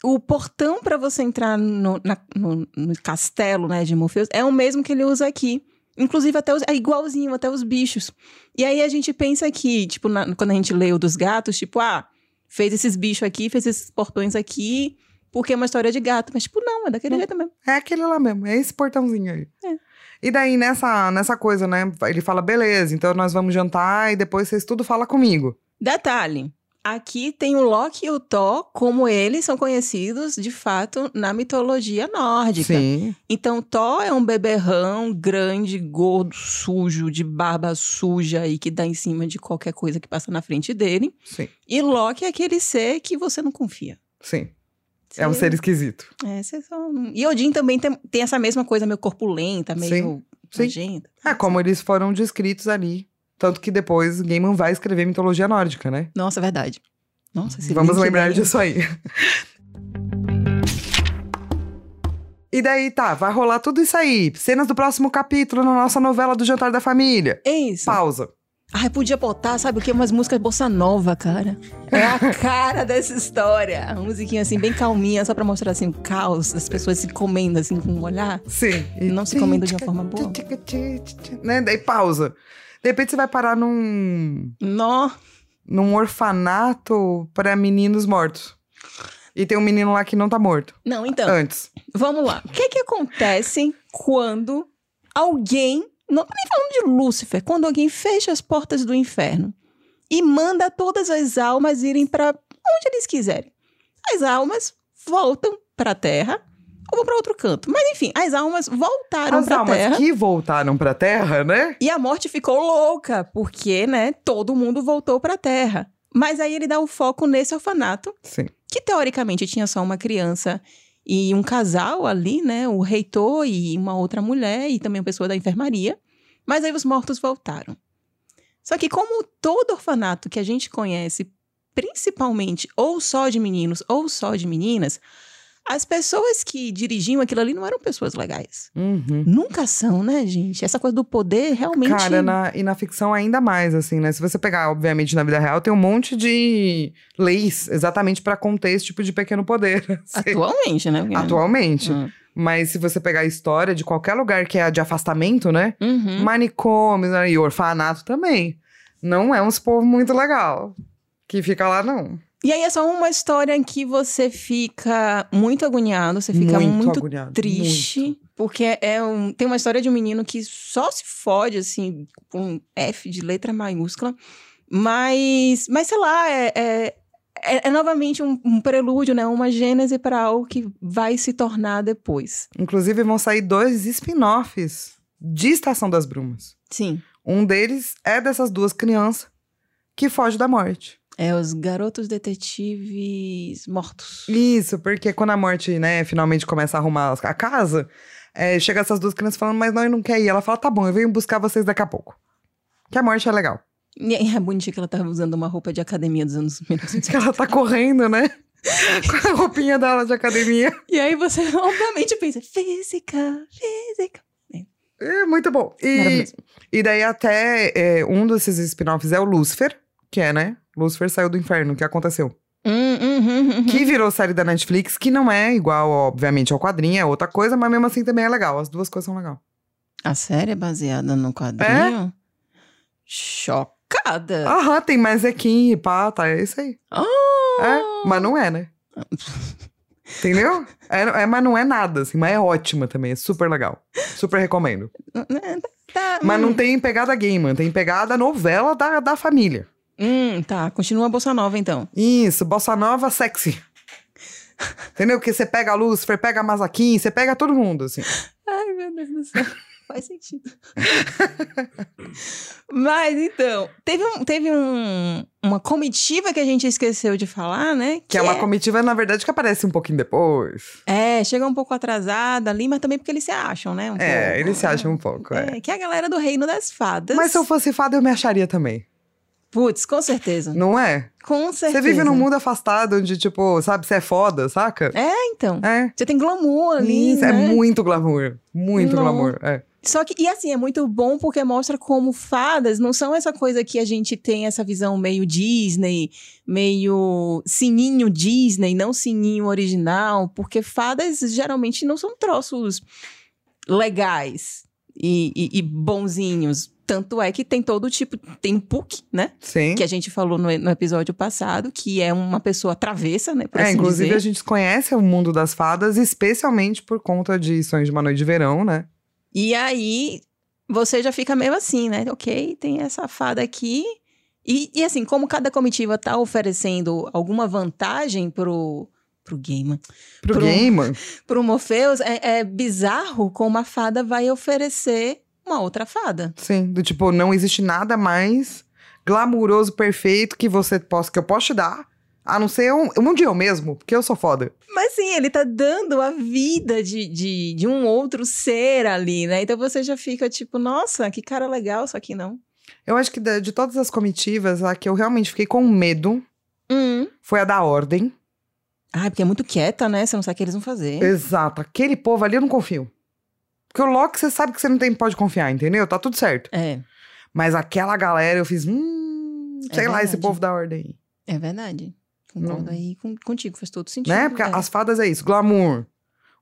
[SPEAKER 2] O portão pra você entrar no, na- no- no castelo né, de Morpheus é o mesmo que ele usa aqui. Inclusive, até os, é igualzinho, até os bichos. E aí a gente pensa que, tipo, na- quando a gente lê o dos gatos, tipo, ah, fez esses bichos aqui, fez esses portões aqui, porque é uma história de gato. Mas, tipo, não, é daquele jeito mesmo.
[SPEAKER 1] É aquele lá mesmo, é esse portãozinho aí. E daí nessa, nessa coisa, né? Ele fala: beleza, então nós vamos jantar e depois vocês tudo fala comigo.
[SPEAKER 2] Detalhe. Aqui tem o Loki e o Thor, como eles são conhecidos, de fato, na mitologia nórdica.
[SPEAKER 1] Sim.
[SPEAKER 2] Então, Thor é um beberrão grande, gordo, sujo, de barba suja e que dá em cima de qualquer coisa que passa na frente dele.
[SPEAKER 1] Sim,
[SPEAKER 2] E Loki é aquele ser que você não confia.
[SPEAKER 1] sim. É um
[SPEAKER 2] Você-
[SPEAKER 1] ser esquisito.
[SPEAKER 2] É, vocês são... E Odin também tem, tem essa mesma coisa meio corpulenta, meio
[SPEAKER 1] sim.
[SPEAKER 2] nojenta.
[SPEAKER 1] É como eles foram descritos ali. Tanto que depois Gaiman vai escrever mitologia nórdica, né?
[SPEAKER 2] Nossa, é verdade. Nossa, esse é
[SPEAKER 1] Vamos
[SPEAKER 2] link
[SPEAKER 1] lembrar
[SPEAKER 2] daí-
[SPEAKER 1] disso aí. E daí, tá, vai rolar tudo isso aí. Cenas do próximo capítulo na nossa novela do Jantar da Família.
[SPEAKER 2] É isso.
[SPEAKER 1] Pausa.
[SPEAKER 2] Ai, podia botar, sabe o que? Umas músicas bossa nova, cara. É a cara dessa história. Uma musiquinha assim, bem calminha, só pra mostrar assim o caos, as pessoas se comendo assim com o olhar.
[SPEAKER 1] Sim.
[SPEAKER 2] Não se comendo de uma forma boa.
[SPEAKER 1] Né? Daí, pausa. De repente você vai parar num,
[SPEAKER 2] Nó.
[SPEAKER 1] num orfanato pra meninos mortos. E tem um menino lá que não tá morto.
[SPEAKER 2] Não, então,
[SPEAKER 1] Antes.
[SPEAKER 2] vamos lá. O que que acontece quando alguém, não tô nem falando de Lúcifer, quando alguém fecha as portas do inferno e manda todas as almas irem pra onde eles quiserem. As almas voltam pra terra ou vão pra outro canto. Mas enfim, as almas voltaram
[SPEAKER 1] As
[SPEAKER 2] pra
[SPEAKER 1] almas
[SPEAKER 2] terra.
[SPEAKER 1] que voltaram pra terra, né?
[SPEAKER 2] E a morte ficou louca, porque, né, todo mundo voltou pra Terra. Mas aí ele dá o foco nesse orfanato,
[SPEAKER 1] Sim.
[SPEAKER 2] que teoricamente tinha só uma criança e um casal ali, né, o reitor e uma outra mulher e também uma pessoa da enfermaria. Mas aí os mortos voltaram. Só que como todo orfanato que a gente conhece, principalmente ou só de meninos ou só de meninas, as pessoas que dirigiam aquilo ali não eram pessoas legais.
[SPEAKER 1] Uhum.
[SPEAKER 2] Nunca são, né, gente? Essa coisa do poder realmente.
[SPEAKER 1] Cara, na- e na ficção ainda mais, assim, né? Se você pegar, obviamente, na vida real, tem um monte de leis exatamente pra conter esse tipo de pequeno poder. assim,
[SPEAKER 2] Atualmente, né? Porque-
[SPEAKER 1] Atualmente.
[SPEAKER 2] Hum.
[SPEAKER 1] Mas se você pegar a história de qualquer lugar que é de afastamento, né?
[SPEAKER 2] Uhum.
[SPEAKER 1] Manicômios né? e orfanato também. Não é uns povo muito legal que fica lá, não.
[SPEAKER 2] E aí é só uma história em que você fica muito agoniado, você fica muito,
[SPEAKER 1] agoniado,
[SPEAKER 2] triste.
[SPEAKER 1] muito.
[SPEAKER 2] Porque é um, tem uma história de um menino que só se fode, assim, com F de letra maiúscula. Mas, mas sei lá, é, é, é- é novamente um, um prelúdio, né? Uma gênese para algo que vai se tornar depois.
[SPEAKER 1] Inclusive, vão sair dois spin-offs de Estação das Brumas.
[SPEAKER 2] Sim.
[SPEAKER 1] Um deles é dessas duas crianças que foge da morte.
[SPEAKER 2] É os garotos detetives mortos.
[SPEAKER 1] Isso, porque quando a morte, né, finalmente começa a arrumar as- a casa, é, chega essas duas crianças falando, mas não, eu não quero ir. Ela fala, tá bom, eu venho buscar vocês daqui a pouco. Que a morte é legal.
[SPEAKER 2] E aí, é bonitinho que ela tava usando uma roupa de academia dos anos 1900.
[SPEAKER 1] Que ela tá correndo, né? Com a roupinha dela de academia.
[SPEAKER 2] E aí você, obviamente, pensa, física, física.
[SPEAKER 1] É muito bom. E,
[SPEAKER 2] Maravilhoso.
[SPEAKER 1] e daí até é, um desses spin-offs é o Lucifer, que é, né? Lucifer saiu do inferno, o que aconteceu?
[SPEAKER 2] Hum, uhum, uhum.
[SPEAKER 1] Que virou série da Netflix, que não é igual, obviamente, ao quadrinho, é outra coisa, mas mesmo assim também é legal. As duas coisas são legais.
[SPEAKER 2] A série é baseada no quadrinho? É. Ah. Chocada.
[SPEAKER 1] Aham, tem mais Equim, pá, tá, é isso aí.
[SPEAKER 2] Ah.
[SPEAKER 1] É, mas não é, né? Entendeu? É, é, mas não é nada, assim, mas é ótima também, é super legal. Super recomendo.
[SPEAKER 2] Né, tá,
[SPEAKER 1] Mas não
[SPEAKER 2] hum.
[SPEAKER 1] tem pegada gamer, tem pegada novela da, da família.
[SPEAKER 2] Hum, tá, continua a Bolsa Nova então.
[SPEAKER 1] Isso, bossa nova sexy. Entendeu? Porque você pega a Lucifer, pega a Mazakin, você pega todo mundo, assim.
[SPEAKER 2] Ai, meu Deus do céu. Faz sentido. Mas então, teve, um, teve um, uma comitiva que a gente esqueceu de falar, né?
[SPEAKER 1] Que é uma comitiva, na verdade, que aparece um pouquinho depois.
[SPEAKER 2] É, chega um pouco atrasada ali, mas também porque eles se acham, né? um pouco.
[SPEAKER 1] É, eles se acham um pouco, é.
[SPEAKER 2] É, que é a galera do Reino das Fadas.
[SPEAKER 1] Mas se eu fosse fada, eu me acharia também.
[SPEAKER 2] Putz, com certeza.
[SPEAKER 1] Não é?
[SPEAKER 2] Com certeza.
[SPEAKER 1] Você vive num mundo afastado onde, tipo, sabe, você é foda, saca?
[SPEAKER 2] É, então.
[SPEAKER 1] É.
[SPEAKER 2] Você tem glamour ali,
[SPEAKER 1] Isso, é
[SPEAKER 2] né?
[SPEAKER 1] muito glamour. Muito
[SPEAKER 2] Não.
[SPEAKER 1] glamour. É.
[SPEAKER 2] Só que, e assim, é muito bom porque mostra como fadas não são essa coisa que a gente tem essa visão meio Disney, meio sininho Disney, não sininho original, porque fadas geralmente não são troços legais e, e- e bonzinhos. Tanto é que tem todo tipo, tem o Puck, né?
[SPEAKER 1] Sim.
[SPEAKER 2] Que a gente falou no, no episódio passado, que é uma pessoa travessa, né? Por
[SPEAKER 1] É,
[SPEAKER 2] assim
[SPEAKER 1] inclusive
[SPEAKER 2] dizer.
[SPEAKER 1] a gente conhece o mundo das fadas, especialmente por conta de Sonhos de uma Noite de Verão, né?
[SPEAKER 2] E aí você já fica meio assim, né? Ok, tem essa fada aqui. E, e assim, como cada comitiva tá oferecendo alguma vantagem pro, pro Gaiman,
[SPEAKER 1] Pro,
[SPEAKER 2] Pro-
[SPEAKER 1] gamer.
[SPEAKER 2] pro Morpheus, é, é bizarro como a fada vai oferecer uma outra fada.
[SPEAKER 1] Sim, do tipo, não existe nada mais glamuroso, perfeito que você possa, que eu posso te dar, a não ser um, um dia eu mesmo, porque eu sou foda.
[SPEAKER 2] Mas sim, ele tá dando a vida de, de, de um outro ser ali, né? Então você já fica tipo, nossa, que cara legal, só que não.
[SPEAKER 1] Eu acho que da- de, todas as comitivas, a que eu realmente fiquei com medo
[SPEAKER 2] Hum.
[SPEAKER 1] foi a da Ordem.
[SPEAKER 2] Ai, porque é muito quieta, né? Você não sabe o que eles vão fazer.
[SPEAKER 1] Exato, aquele povo ali eu não confio. Porque o Loki, você sabe que você não tem, pode confiar, entendeu? Tá tudo certo.
[SPEAKER 2] É,
[SPEAKER 1] Mas aquela galera, eu fiz, hum,
[SPEAKER 2] É
[SPEAKER 1] sei lá, esse
[SPEAKER 2] verdade.
[SPEAKER 1] povo da Ordem.
[SPEAKER 2] É verdade. Concordo
[SPEAKER 1] Não.
[SPEAKER 2] aí com- contigo, faz todo sentido.
[SPEAKER 1] Né? Porque
[SPEAKER 2] é.
[SPEAKER 1] as fadas é isso, glamour.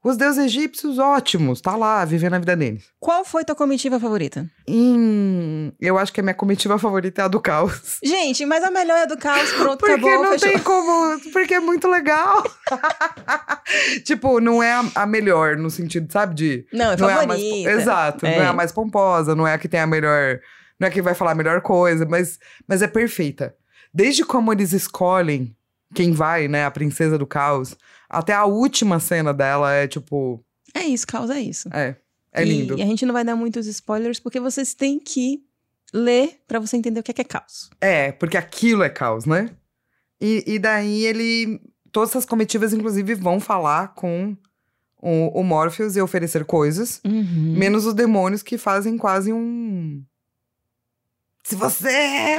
[SPEAKER 1] Os deuses egípcios, ótimos, tá lá, vivendo a vida deles.
[SPEAKER 2] Qual foi tua comitiva favorita?
[SPEAKER 1] Hum, eu acho que a minha comitiva favorita é a do caos.
[SPEAKER 2] Gente, mas a melhor é do caos, pronto,
[SPEAKER 1] Porque
[SPEAKER 2] acabou,
[SPEAKER 1] não
[SPEAKER 2] fechou.
[SPEAKER 1] tem como. Porque é muito legal. tipo, não é a, a melhor no sentido, sabe? De.
[SPEAKER 2] Não, é
[SPEAKER 1] não é a
[SPEAKER 2] favorita.
[SPEAKER 1] mais, exato, não é a
[SPEAKER 2] É.
[SPEAKER 1] mais pomposa, não é a que tem a melhor. Não é a que vai falar a melhor coisa, mas, mas é perfeita. Desde como eles escolhem quem vai, né? A princesa do caos, até a última cena dela é tipo.
[SPEAKER 2] É isso, caos é isso.
[SPEAKER 1] É. É
[SPEAKER 2] E-
[SPEAKER 1] lindo.
[SPEAKER 2] E a gente não vai dar muitos spoilers, porque vocês têm que ler pra você entender o que é, que é caos.
[SPEAKER 1] É, porque aquilo é caos, né? E, e daí ele. Todas as comitivas, inclusive, vão falar com o, o Morpheus e oferecer coisas,
[SPEAKER 2] Uhum.
[SPEAKER 1] menos os demônios que fazem quase um. Se você.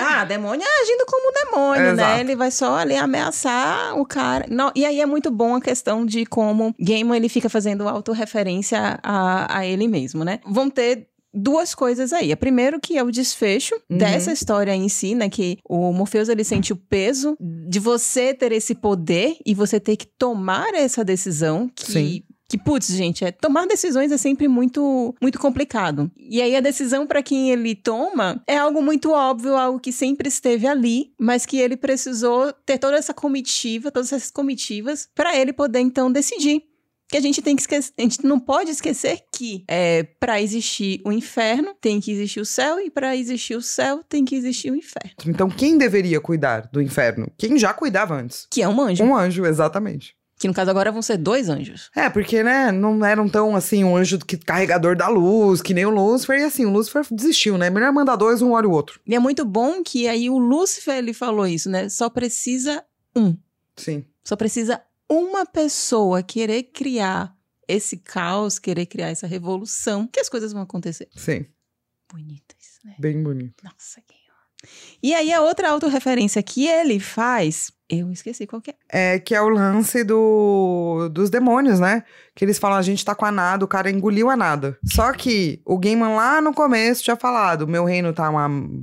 [SPEAKER 2] Ah, demônio é agindo como um demônio, né?
[SPEAKER 1] É, exato.
[SPEAKER 2] Ele vai só ali ameaçar o cara. Não, e aí é muito bom a questão de como Gaiman ele fica fazendo autorreferência a, a ele mesmo, né? Vão ter duas coisas aí. A primeiro que é o desfecho
[SPEAKER 1] Uhum.
[SPEAKER 2] dessa história em si, né? Que o Morpheus ele sente o peso de você ter esse poder e você ter que tomar essa decisão que
[SPEAKER 1] Sim.
[SPEAKER 2] que putz, gente, é, tomar decisões é sempre muito muito complicado. E aí a decisão para quem ele toma é algo muito óbvio, algo que sempre esteve ali, mas que ele precisou ter toda essa comitiva, todas essas comitivas para ele poder então decidir. Que a gente tem que esquecer, a gente não pode esquecer que é, para existir o inferno tem que existir o céu e para existir o céu tem que existir o inferno,
[SPEAKER 1] Então, quem deveria cuidar do inferno? Quem já cuidava antes?
[SPEAKER 2] que é um anjo,
[SPEAKER 1] Um anjo, exatamente.
[SPEAKER 2] que no caso agora vão ser dois anjos.
[SPEAKER 1] É, porque, né, não eram tão assim, um anjo que carregador da luz, que nem o Lúcifer, e assim, o Lúcifer desistiu, né? Melhor mandar dois, um olha o outro.
[SPEAKER 2] E é muito bom que aí o Lúcifer ele falou isso, né? Só precisa
[SPEAKER 1] Sim.
[SPEAKER 2] Só precisa uma pessoa querer criar esse caos, querer criar essa revolução, que as coisas vão acontecer.
[SPEAKER 1] Sim.
[SPEAKER 2] Bonito isso, né?
[SPEAKER 1] Bem bonito.
[SPEAKER 2] Nossa, que ó. E aí, a outra autorreferência que ele faz, eu esqueci qual que é.
[SPEAKER 1] É, que é o lance do, dos demônios, né? Que eles falam, a gente tá com a nada, o cara engoliu a nada. Só que o Gaiman lá no começo tinha falado, meu reino tá uma... o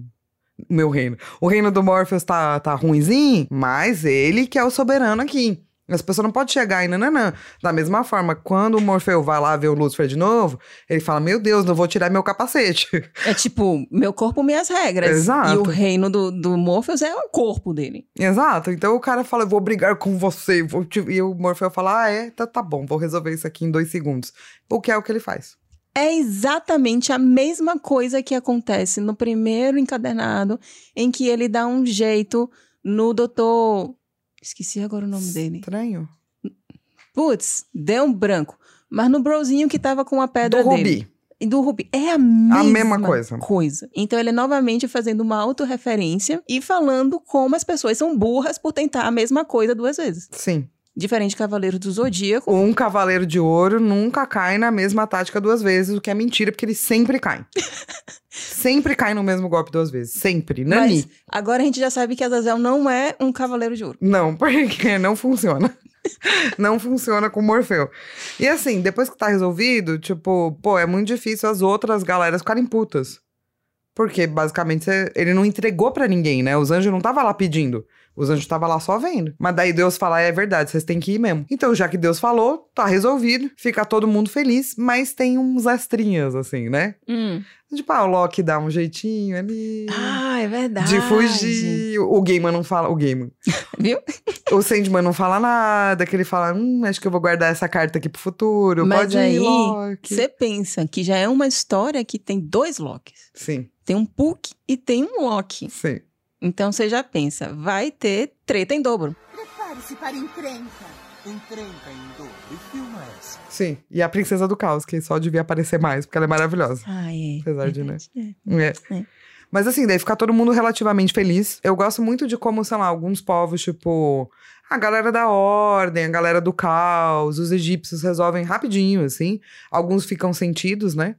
[SPEAKER 1] meu reino. O reino do Morpheus tá, tá ruimzinho, mas ele que é o soberano aqui. As pessoas não podem chegar e nananã. Da mesma forma, quando o Morfeu vai lá ver o Lucifer de novo, ele fala: Meu Deus, não vou tirar meu capacete.
[SPEAKER 2] É tipo, meu corpo, minhas regras.
[SPEAKER 1] Exato.
[SPEAKER 2] E o reino do, do Morpheus é o corpo dele.
[SPEAKER 1] Exato. Então o cara fala: Eu vou brigar com você. vou te- E o Morfeu fala: Ah, é, tá, tá bom, vou resolver isso aqui em dois segundos. O que é o que ele faz.
[SPEAKER 2] É exatamente a mesma coisa que acontece no primeiro encadernado, em que ele dá um jeito no doutor. Esqueci agora o nome dele.
[SPEAKER 1] Estranho.
[SPEAKER 2] Putz, deu um branco. Mas no brozinho que tava com É a pedra
[SPEAKER 1] Do
[SPEAKER 2] dele.
[SPEAKER 1] Rubi.
[SPEAKER 2] E do Rubi. É a mesma,
[SPEAKER 1] mesma coisa.
[SPEAKER 2] Então ele é novamente fazendo uma autorreferência e falando como as pessoas são burras por tentar a mesma coisa duas vezes.
[SPEAKER 1] Sim.
[SPEAKER 2] Diferente de Cavaleiro do Zodíaco.
[SPEAKER 1] Um cavaleiro de ouro nunca cai na mesma tática duas vezes, o que é mentira, porque ele sempre cai. sempre cai no mesmo golpe duas vezes. Sempre. Nani.
[SPEAKER 2] Mas agora a gente já sabe que Azazel não é um Cavaleiro de Ouro.
[SPEAKER 1] Não, porque não funciona. Não funciona com o Morfeu. E assim, depois que tá resolvido, tipo, pô, é muito difícil as outras galeras ficarem putas. Porque, basicamente, cê- ele não entregou pra ninguém, né? Os anjos não tava lá pedindo. Os anjos tava lá só vendo. Mas daí Deus fala, é verdade, vocês têm que ir mesmo. Então, já que Deus falou, tá resolvido. Fica todo mundo feliz, mas tem uns astrinhas, assim, né? Tipo, ah, o Loki dá um jeitinho ali.
[SPEAKER 2] Ah, é verdade.
[SPEAKER 1] De fugir. O Gaiman não fala. O Gaiman.
[SPEAKER 2] Viu?
[SPEAKER 1] O Sandman não fala nada, que ele fala, hum, acho que eu vou guardar essa carta aqui pro futuro.
[SPEAKER 2] Mas
[SPEAKER 1] Pode
[SPEAKER 2] aí,
[SPEAKER 1] ir, Loki.
[SPEAKER 2] Você pensa que já é uma história que tem dois Locks.
[SPEAKER 1] Sim,
[SPEAKER 2] Tem um Puck e tem um Loki.
[SPEAKER 1] sim.
[SPEAKER 2] Então você já pensa, vai ter treta em dobro.
[SPEAKER 5] Prepare-se para a encrenca.
[SPEAKER 6] Encrenca em dobro e filma essa.
[SPEAKER 1] Sim. E a Princesa do Caos, que só devia aparecer mais, porque ela é maravilhosa.
[SPEAKER 2] Ah, é.
[SPEAKER 1] Apesar de, né?
[SPEAKER 2] né?
[SPEAKER 1] É.
[SPEAKER 2] É.
[SPEAKER 1] Mas assim, daí fica todo mundo relativamente feliz. Eu gosto muito de como, sei lá, alguns povos, tipo, a galera da ordem, a galera do caos, os egípcios resolvem rapidinho, assim. Alguns ficam sentidos, né?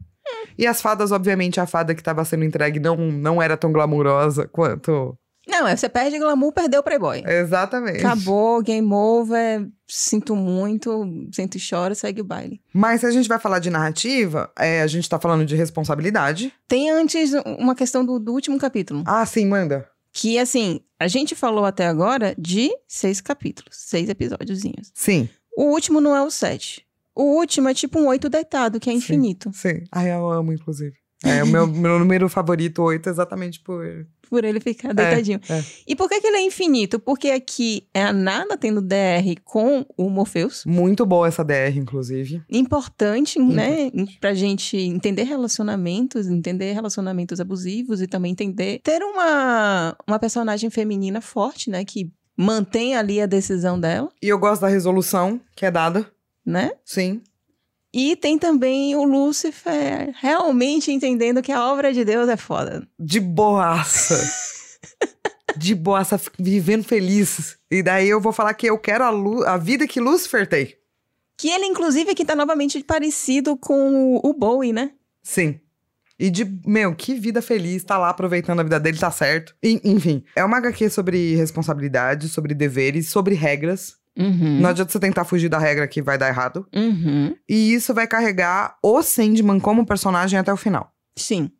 [SPEAKER 1] E as fadas, obviamente, a fada que tava sendo entregue não, não era tão glamourosa quanto.
[SPEAKER 2] Não, é, você perde glamour, perdeu o
[SPEAKER 1] É
[SPEAKER 2] Playboy.
[SPEAKER 1] Exatamente.
[SPEAKER 2] Acabou, game over, sinto muito, sinto e choro, segue o baile.
[SPEAKER 1] Mas se a gente vai falar de narrativa, é, a gente tá falando de responsabilidade.
[SPEAKER 2] Tem antes uma questão do, do último capítulo.
[SPEAKER 1] Ah, sim, manda.
[SPEAKER 2] Que, assim, a gente falou até agora de seis capítulos, seis episódiozinhos.
[SPEAKER 1] Sim,
[SPEAKER 2] O último não é o sete. O último é tipo um oito deitado, que é
[SPEAKER 1] Sim.
[SPEAKER 2] infinito.
[SPEAKER 1] sim. Ai, eu amo, inclusive. É o meu, meu número favorito, oito, exatamente por.
[SPEAKER 2] Por ele ficar deitadinho.
[SPEAKER 1] é.
[SPEAKER 2] E por que, que ele é infinito? Porque aqui é a Nada tendo DR com o Morpheus.
[SPEAKER 1] Muito boa essa DR, inclusive.
[SPEAKER 2] Importante,
[SPEAKER 1] Uhum.
[SPEAKER 2] né? Pra gente entender relacionamentos, entender relacionamentos abusivos e também entender. Ter uma, uma personagem feminina forte, né? Que mantém ali a decisão dela,
[SPEAKER 1] E eu gosto da resolução que é dada.
[SPEAKER 2] né?
[SPEAKER 1] Sim.
[SPEAKER 2] E tem também o Lúcifer realmente entendendo que a obra de Deus é foda.
[SPEAKER 1] De boaça. De boaça, f- vivendo feliz. E daí eu vou falar que eu quero a, lu- a vida que Lucifer tem.
[SPEAKER 2] Que ele, inclusive, que tá novamente parecido com o- o Bowie, né?
[SPEAKER 1] Sim. E de, meu, que vida feliz, tá lá aproveitando a vida dele, tá certo. E, enfim, é uma HQ sobre responsabilidade, sobre deveres, sobre regras.
[SPEAKER 2] Uhum.
[SPEAKER 1] Não adianta você tentar fugir da regra que vai dar errado.
[SPEAKER 2] Uhum.
[SPEAKER 1] E isso vai carregar o Sandman como personagem até o final.
[SPEAKER 2] Sim.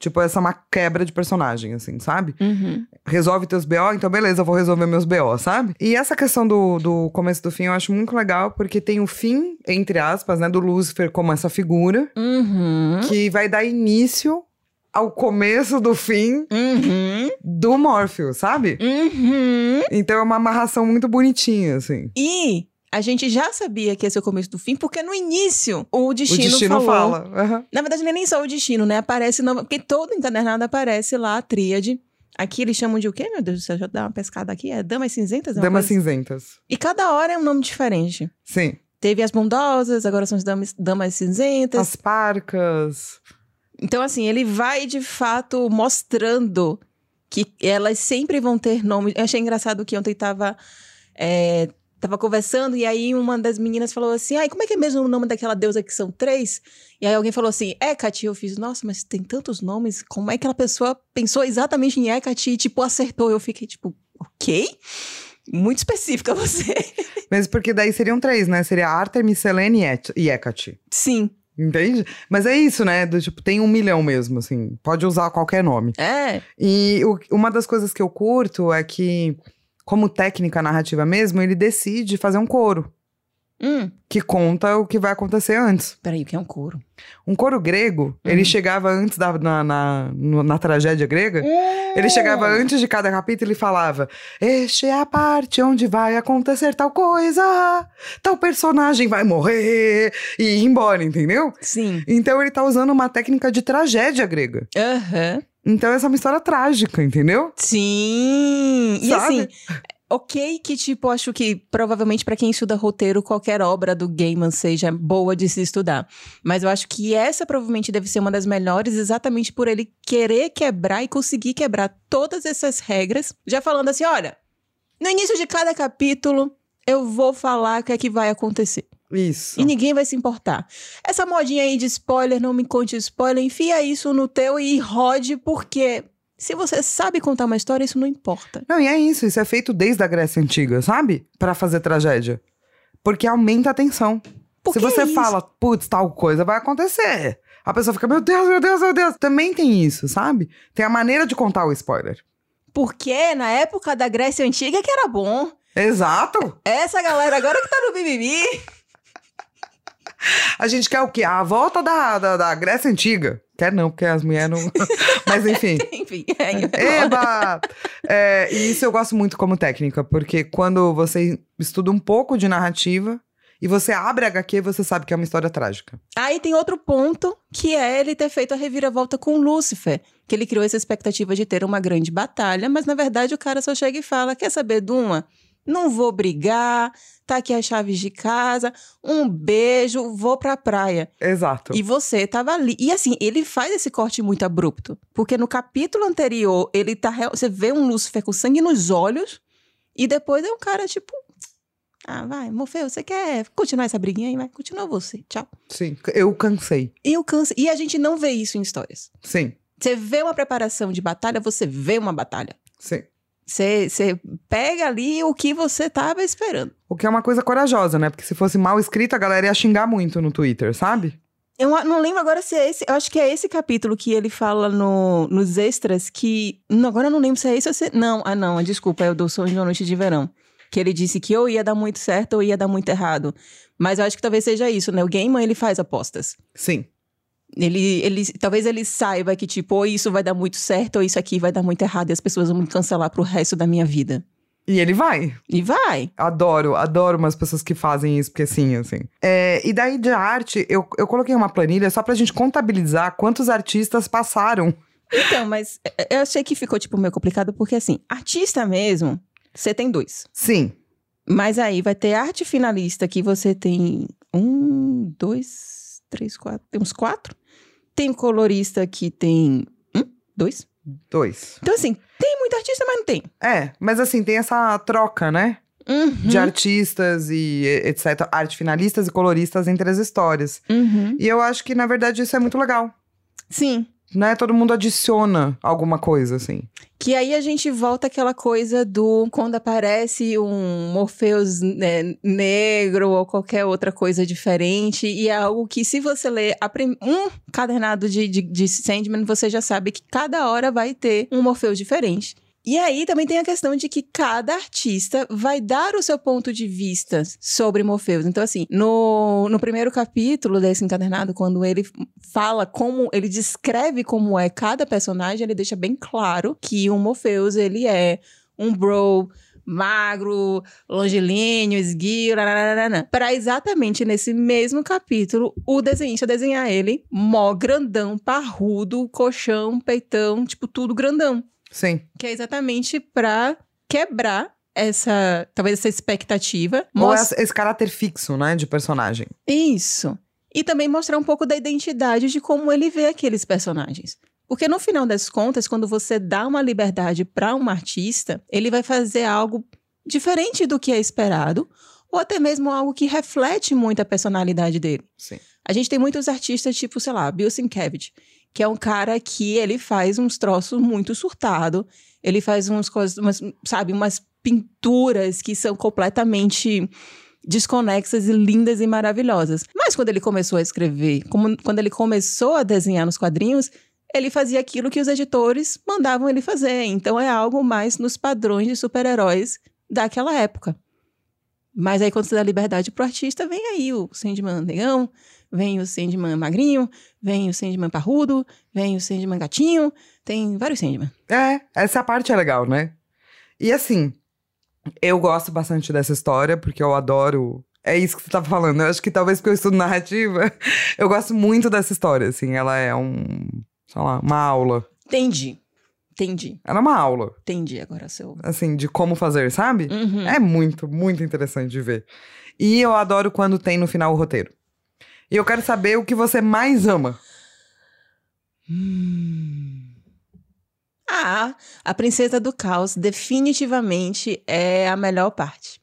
[SPEAKER 1] Tipo, essa é uma quebra de personagem, assim, sabe?
[SPEAKER 2] Uhum.
[SPEAKER 1] resolve teus BO, então beleza, eu vou resolver meus BO, sabe? E essa questão do, do começo e do fim eu acho muito legal, porque tem o fim, entre aspas, né, do Lúcifer como essa figura,
[SPEAKER 2] Uhum.
[SPEAKER 1] que vai dar início ao começo do fim
[SPEAKER 2] Uhum.
[SPEAKER 1] do Morpheus, sabe?
[SPEAKER 2] Uhum.
[SPEAKER 1] Então é uma amarração muito bonitinha, assim.
[SPEAKER 2] E a gente já sabia que esse é o começo do fim, porque no início o
[SPEAKER 1] O
[SPEAKER 2] destino,
[SPEAKER 1] destino
[SPEAKER 2] falou-
[SPEAKER 1] fala. Aham.
[SPEAKER 2] Na verdade, não é nem só o destino, né? Aparece nova. Porque todo encadernado aparece lá a tríade. Aqui eles chamam de o quê, meu Deus do céu? Deixa eu dar uma pescada aqui. É Damas Cinzentas? É uma
[SPEAKER 1] Damas
[SPEAKER 2] coisa-
[SPEAKER 1] cinzentas.
[SPEAKER 2] E cada hora é um nome diferente.
[SPEAKER 1] Sim.
[SPEAKER 2] Teve as bondosas, agora são as damas, damas cinzentas.
[SPEAKER 1] As parcas.
[SPEAKER 2] Então, assim, ele vai de fato mostrando que elas sempre vão ter nome. Eu achei engraçado que ontem tava, é, tava conversando e aí uma das meninas falou assim: ai, como é que é mesmo o nome daquela deusa que são três? E aí alguém falou assim: Hecate. Eu fiz, nossa, mas tem tantos nomes. Como é que aquela pessoa pensou exatamente em Hecate e, tipo, acertou? Eu fiquei tipo, ok? Muito específica você.
[SPEAKER 1] Mesmo porque daí seriam três, né? Seria Artemis, Selene e Et- e Hecate.
[SPEAKER 2] Sim.
[SPEAKER 1] Entende? Mas é isso, né? Do, tipo, tem um milhão mesmo, assim. Pode usar qualquer nome.
[SPEAKER 2] É.
[SPEAKER 1] E o- uma das coisas que eu curto é que, como técnica narrativa mesmo, ele decide fazer um coro
[SPEAKER 2] Hum.
[SPEAKER 1] que conta o que vai acontecer antes.
[SPEAKER 2] Peraí, o que é um couro?
[SPEAKER 1] Um coro grego, ele
[SPEAKER 2] Uhum.
[SPEAKER 1] chegava antes da, na, na, no- na tragédia grega. Ele
[SPEAKER 2] Uhum.
[SPEAKER 1] chegava antes de cada capítulo e falava: Este é a parte onde vai acontecer tal coisa, tal personagem vai morrer e ir embora, entendeu?
[SPEAKER 2] Sim.
[SPEAKER 1] Então ele tá usando uma técnica de tragédia grega.
[SPEAKER 2] Aham.
[SPEAKER 1] Então essa é uma história trágica, entendeu?
[SPEAKER 2] Sim! E
[SPEAKER 1] Sabe?
[SPEAKER 2] assim, ok que, tipo, acho que provavelmente pra quem estuda roteiro, qualquer obra do Gaiman seja boa de se estudar. Mas eu acho que essa provavelmente deve ser uma das melhores, exatamente por ele querer quebrar e conseguir quebrar todas essas regras. Já falando assim, olha, no início de cada capítulo. Eu vou falar o que é que vai acontecer.
[SPEAKER 1] Isso.
[SPEAKER 2] E ninguém vai se importar. Essa modinha aí de spoiler, não me conte spoiler, enfia isso no teu e rode, porque se você sabe contar uma história, isso não importa.
[SPEAKER 1] Não, e é isso, isso é feito desde a Grécia Antiga, sabe? Pra fazer tragédia. Porque aumenta a tensão.
[SPEAKER 2] Por
[SPEAKER 1] Se
[SPEAKER 2] que
[SPEAKER 1] você
[SPEAKER 2] é isso?
[SPEAKER 1] fala, putz, tal coisa vai acontecer. A pessoa fica, meu Deus, meu Deus, meu Deus. Também tem isso, sabe? Tem a maneira de contar o spoiler.
[SPEAKER 2] Porque na época da Grécia Antiga que era bom.
[SPEAKER 1] Exato.
[SPEAKER 2] Essa galera agora que tá no mimimi.
[SPEAKER 1] A gente quer o quê? A volta da, da, da Grécia Antiga. Quer não, porque as mulheres não. Mas enfim.
[SPEAKER 2] Enfim, é,
[SPEAKER 1] Eba! É, e isso eu gosto muito como técnica, porque quando você estuda um pouco de narrativa e você abre a HQ, você sabe que é uma história trágica.
[SPEAKER 2] Aí tem outro ponto, que é ele ter feito a reviravolta com Lúcifer, que ele criou essa expectativa de ter uma grande batalha, mas na verdade o cara só chega e fala: Quer saber de uma? Não vou brigar, tá aqui as chaves de casa, um beijo, vou pra praia.
[SPEAKER 1] Exato.
[SPEAKER 2] E você tava ali. E assim, ele faz esse corte muito abrupto, porque no capítulo anterior, ele tá. real- Você vê um Lúcifer com sangue nos olhos, e depois é um cara tipo. Ah, vai, Morfeu, você quer continuar essa briguinha aí? Vai, continua você. Tchau.
[SPEAKER 1] Sim, eu cansei.
[SPEAKER 2] E o câncer. E a gente não vê isso em histórias.
[SPEAKER 1] Sim,
[SPEAKER 2] Você vê uma preparação de batalha, você vê uma batalha.
[SPEAKER 1] sim.
[SPEAKER 2] Você, você pega ali o que você tava esperando.
[SPEAKER 1] O que é uma coisa corajosa, né? Porque se fosse mal escrita, a galera ia xingar muito no Twitter, sabe?
[SPEAKER 2] Eu a- não lembro agora se é esse. Eu acho que é esse capítulo que ele fala no- nos extras que. Não, agora eu não lembro se é esse ou se. Não, ah, não, desculpa, é o do Sonho de uma Noite de Verão. Que ele disse que ou ia dar muito certo ou ia dar muito errado. Mas eu acho que talvez seja isso, né? O Gaiman, ele faz apostas.
[SPEAKER 1] Sim.
[SPEAKER 2] Ele, ele, talvez ele saiba que, tipo, ou isso vai dar muito certo, ou isso aqui vai dar muito errado, e as pessoas vão me cancelar pro resto da minha vida.
[SPEAKER 1] E ele vai.
[SPEAKER 2] E vai.
[SPEAKER 1] Adoro, adoro umas pessoas que fazem isso, porque sim, assim. É, e daí de arte, eu, eu coloquei uma planilha só pra gente contabilizar quantos artistas passaram.
[SPEAKER 2] Então, mas é, eu achei que ficou, tipo, meio complicado, porque, assim, artista mesmo, você tem dois.
[SPEAKER 1] Sim,
[SPEAKER 2] Mas aí vai ter arte finalista, que você tem um, dois, três, quatro, tem uns quatro. Tem colorista que tem um, dois.
[SPEAKER 1] dois.
[SPEAKER 2] Então, assim, tem muito artista, mas não tem.
[SPEAKER 1] É, mas assim, tem essa troca, né?
[SPEAKER 2] Uhum,
[SPEAKER 1] De artistas e e- etc. Arte finalistas e coloristas entre as histórias.
[SPEAKER 2] uhum.
[SPEAKER 1] E eu acho que, na verdade, isso é muito legal.
[SPEAKER 2] Sim.
[SPEAKER 1] Né? Todo mundo adiciona alguma coisa, assim.
[SPEAKER 2] Que aí a gente volta àquela coisa do quando aparece um Morpheus né, negro ou qualquer outra coisa diferente. E é algo que, se você ler a prim- um cadernado de, de, de Sandman, você já sabe que cada hora vai ter um Morpheus diferente. E aí também tem a questão de que cada artista vai dar o seu ponto de vista sobre Morpheus. Então, assim, no, no primeiro capítulo desse encadernado, quando ele fala como ele descreve como é cada personagem, ele deixa bem claro que o Morpheus ele é um bro magro, longilíneo, esguio, para exatamente nesse mesmo capítulo o desenhista desenhar ele mó grandão, parrudo, colchão, peitão, tipo tudo grandão,
[SPEAKER 1] Sim.
[SPEAKER 2] que é exatamente pra quebrar essa, talvez essa expectativa,
[SPEAKER 1] Ou
[SPEAKER 2] mos-
[SPEAKER 1] essa- esse caráter fixo, né? De personagem.
[SPEAKER 2] isso. E também mostrar um pouco da identidade de como ele vê aqueles personagens. Porque no final das contas, quando você dá uma liberdade para um artista, ele vai fazer algo diferente do que é esperado, ou até mesmo algo que reflete muito a personalidade dele.
[SPEAKER 1] Sim.
[SPEAKER 2] A gente tem muitos artistas, tipo, sei lá, Bill Sienkiewicz, que é um cara que ele faz uns troços muito surtado, ele faz uns coisas, umas, sabe, umas pinturas que são completamente desconexas e lindas e maravilhosas. Mas quando ele começou a escrever, como- quando ele começou a desenhar nos quadrinhos, ele fazia aquilo que os editores mandavam ele fazer. Então é algo mais nos padrões de super-heróis daquela época. Mas aí quando você dá liberdade pro artista, vem aí o Sandman negão, vem o Sandman magrinho, vem o Sandman parrudo, vem o Sandman gatinho, tem vários Sandman.
[SPEAKER 1] É, essa parte é legal, né? E assim, eu gosto bastante dessa história, porque eu adoro. É isso que você tá falando. Eu acho que talvez porque eu estudo narrativa, eu gosto muito dessa história, assim. Ela é um. Sei lá, uma aula.
[SPEAKER 2] Entendi. Entendi.
[SPEAKER 1] Ela é uma aula,
[SPEAKER 2] Entendi agora seu.
[SPEAKER 1] assim, de como fazer, sabe?
[SPEAKER 2] Uhum.
[SPEAKER 1] É muito, muito interessante de ver. E eu adoro quando tem no final o roteiro. E eu quero saber o que você mais ama.
[SPEAKER 2] Hum. Ah, a Princesa do Caos definitivamente é a melhor parte.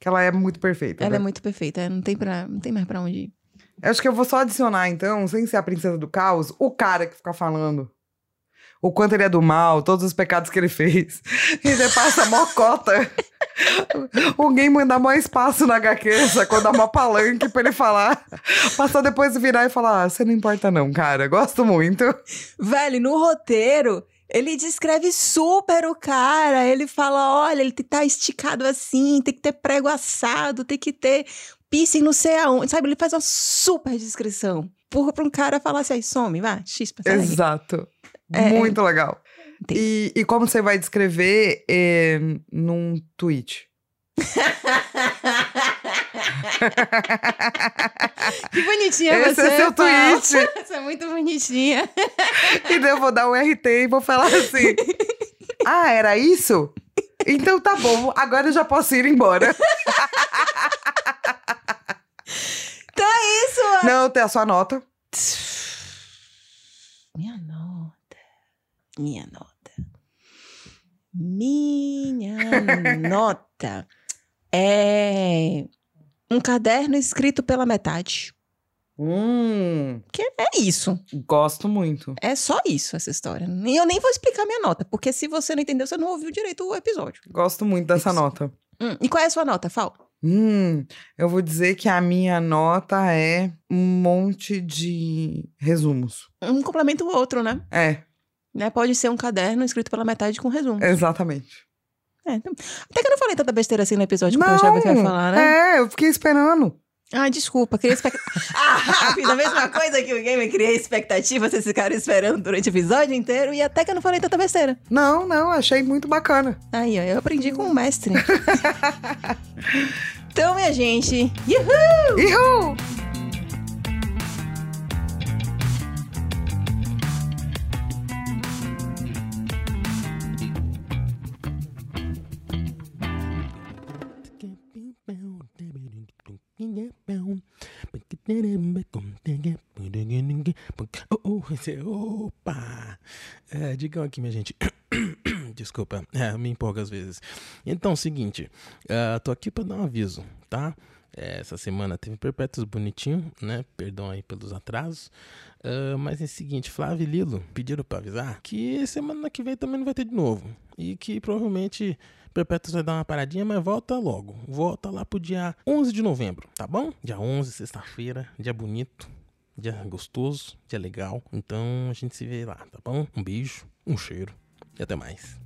[SPEAKER 1] Que ela é muito perfeita.
[SPEAKER 2] Ela
[SPEAKER 1] né?
[SPEAKER 2] é muito perfeita, não tem, pra, não tem mais pra onde ir.
[SPEAKER 1] Eu Acho que eu vou só adicionar, então, sem ser a princesa do caos, o cara que fica falando. O quanto ele é do mal, todos os pecados que ele fez. E você passa mó cota. Alguém manda mó espaço na HQ, sacou? Dá mó palanque pra ele falar. Pra só depois virar e falar: ah, você não importa, não, cara. Gosto muito.
[SPEAKER 2] Velho, no roteiro, ele descreve super o cara. Ele fala: olha, ele tem que tá esticado assim, tem que ter prego assado, tem que ter piercing não sei aonde. Sabe, ele faz uma super descrição. Porra, pra um cara falar assim, aí some, vai, chispa, sai daqui.
[SPEAKER 1] Exato.
[SPEAKER 2] É,
[SPEAKER 1] muito legal.
[SPEAKER 2] Entendi.
[SPEAKER 1] E, e como você vai descrever eh, num tweet?
[SPEAKER 2] Que bonitinha
[SPEAKER 1] Esse
[SPEAKER 2] você.
[SPEAKER 1] é seu
[SPEAKER 2] Paulo.
[SPEAKER 1] tweet.
[SPEAKER 2] Você é muito bonitinha.
[SPEAKER 1] E daí eu vou dar um RT e vou falar assim: Ah, era isso? Então tá bom, agora eu já posso ir embora.
[SPEAKER 2] Então é isso.
[SPEAKER 1] Não, tem a sua nota.
[SPEAKER 2] Minha nota. Minha nota. Minha nota é um caderno escrito pela metade.
[SPEAKER 1] Hum,
[SPEAKER 2] É isso.
[SPEAKER 1] gosto muito.
[SPEAKER 2] É só isso essa história. E eu nem vou explicar minha nota, porque se você não entendeu, você não ouviu direito o episódio.
[SPEAKER 1] Gosto muito dessa
[SPEAKER 2] Isso.
[SPEAKER 1] nota.
[SPEAKER 2] Hum, E qual é a sua nota, Fal?
[SPEAKER 1] Hum, eu vou dizer que a minha nota é um monte de resumos.
[SPEAKER 2] Um complementa o outro, né?
[SPEAKER 1] É,
[SPEAKER 2] Né? Pode ser um caderno escrito pela metade com resumo.
[SPEAKER 1] exatamente.
[SPEAKER 2] É, então- Até que eu não falei tanta besteira assim no episódio que eu achava que eu ia falar, né?
[SPEAKER 1] É, eu fiquei esperando.
[SPEAKER 2] Ah, desculpa, criei expectativa. ah, fiz a mesma coisa que o gamer, criei expectativa, vocês ficaram esperando durante o episódio inteiro e até que eu não falei tanta besteira.
[SPEAKER 1] Não, não, achei muito bacana.
[SPEAKER 2] Aí, ó, eu aprendi com o mestre. então, minha gente, uhul!
[SPEAKER 1] Uhul!
[SPEAKER 7] Oh, oh, esse- opa! É, digam aqui, minha gente. Desculpa, é, me empolgo às vezes. Então, seguinte, ah, tô aqui pra dar um aviso, tá? É, essa semana teve Perpétuos Bonitinho, né? Perdão aí pelos atrasos. Ah, mas é o seguinte, Flávio e Lilo pediram pra avisar que semana que vem também não vai ter de novo. E que provavelmente Perpétuos vai dar uma paradinha, mas volta logo. Volta lá pro dia 11 de novembro, tá bom? Dia 11, sexta-feira, dia bonito, dia gostoso, dia legal. Então a gente se vê lá, tá bom? Um beijo, um cheiro e até mais.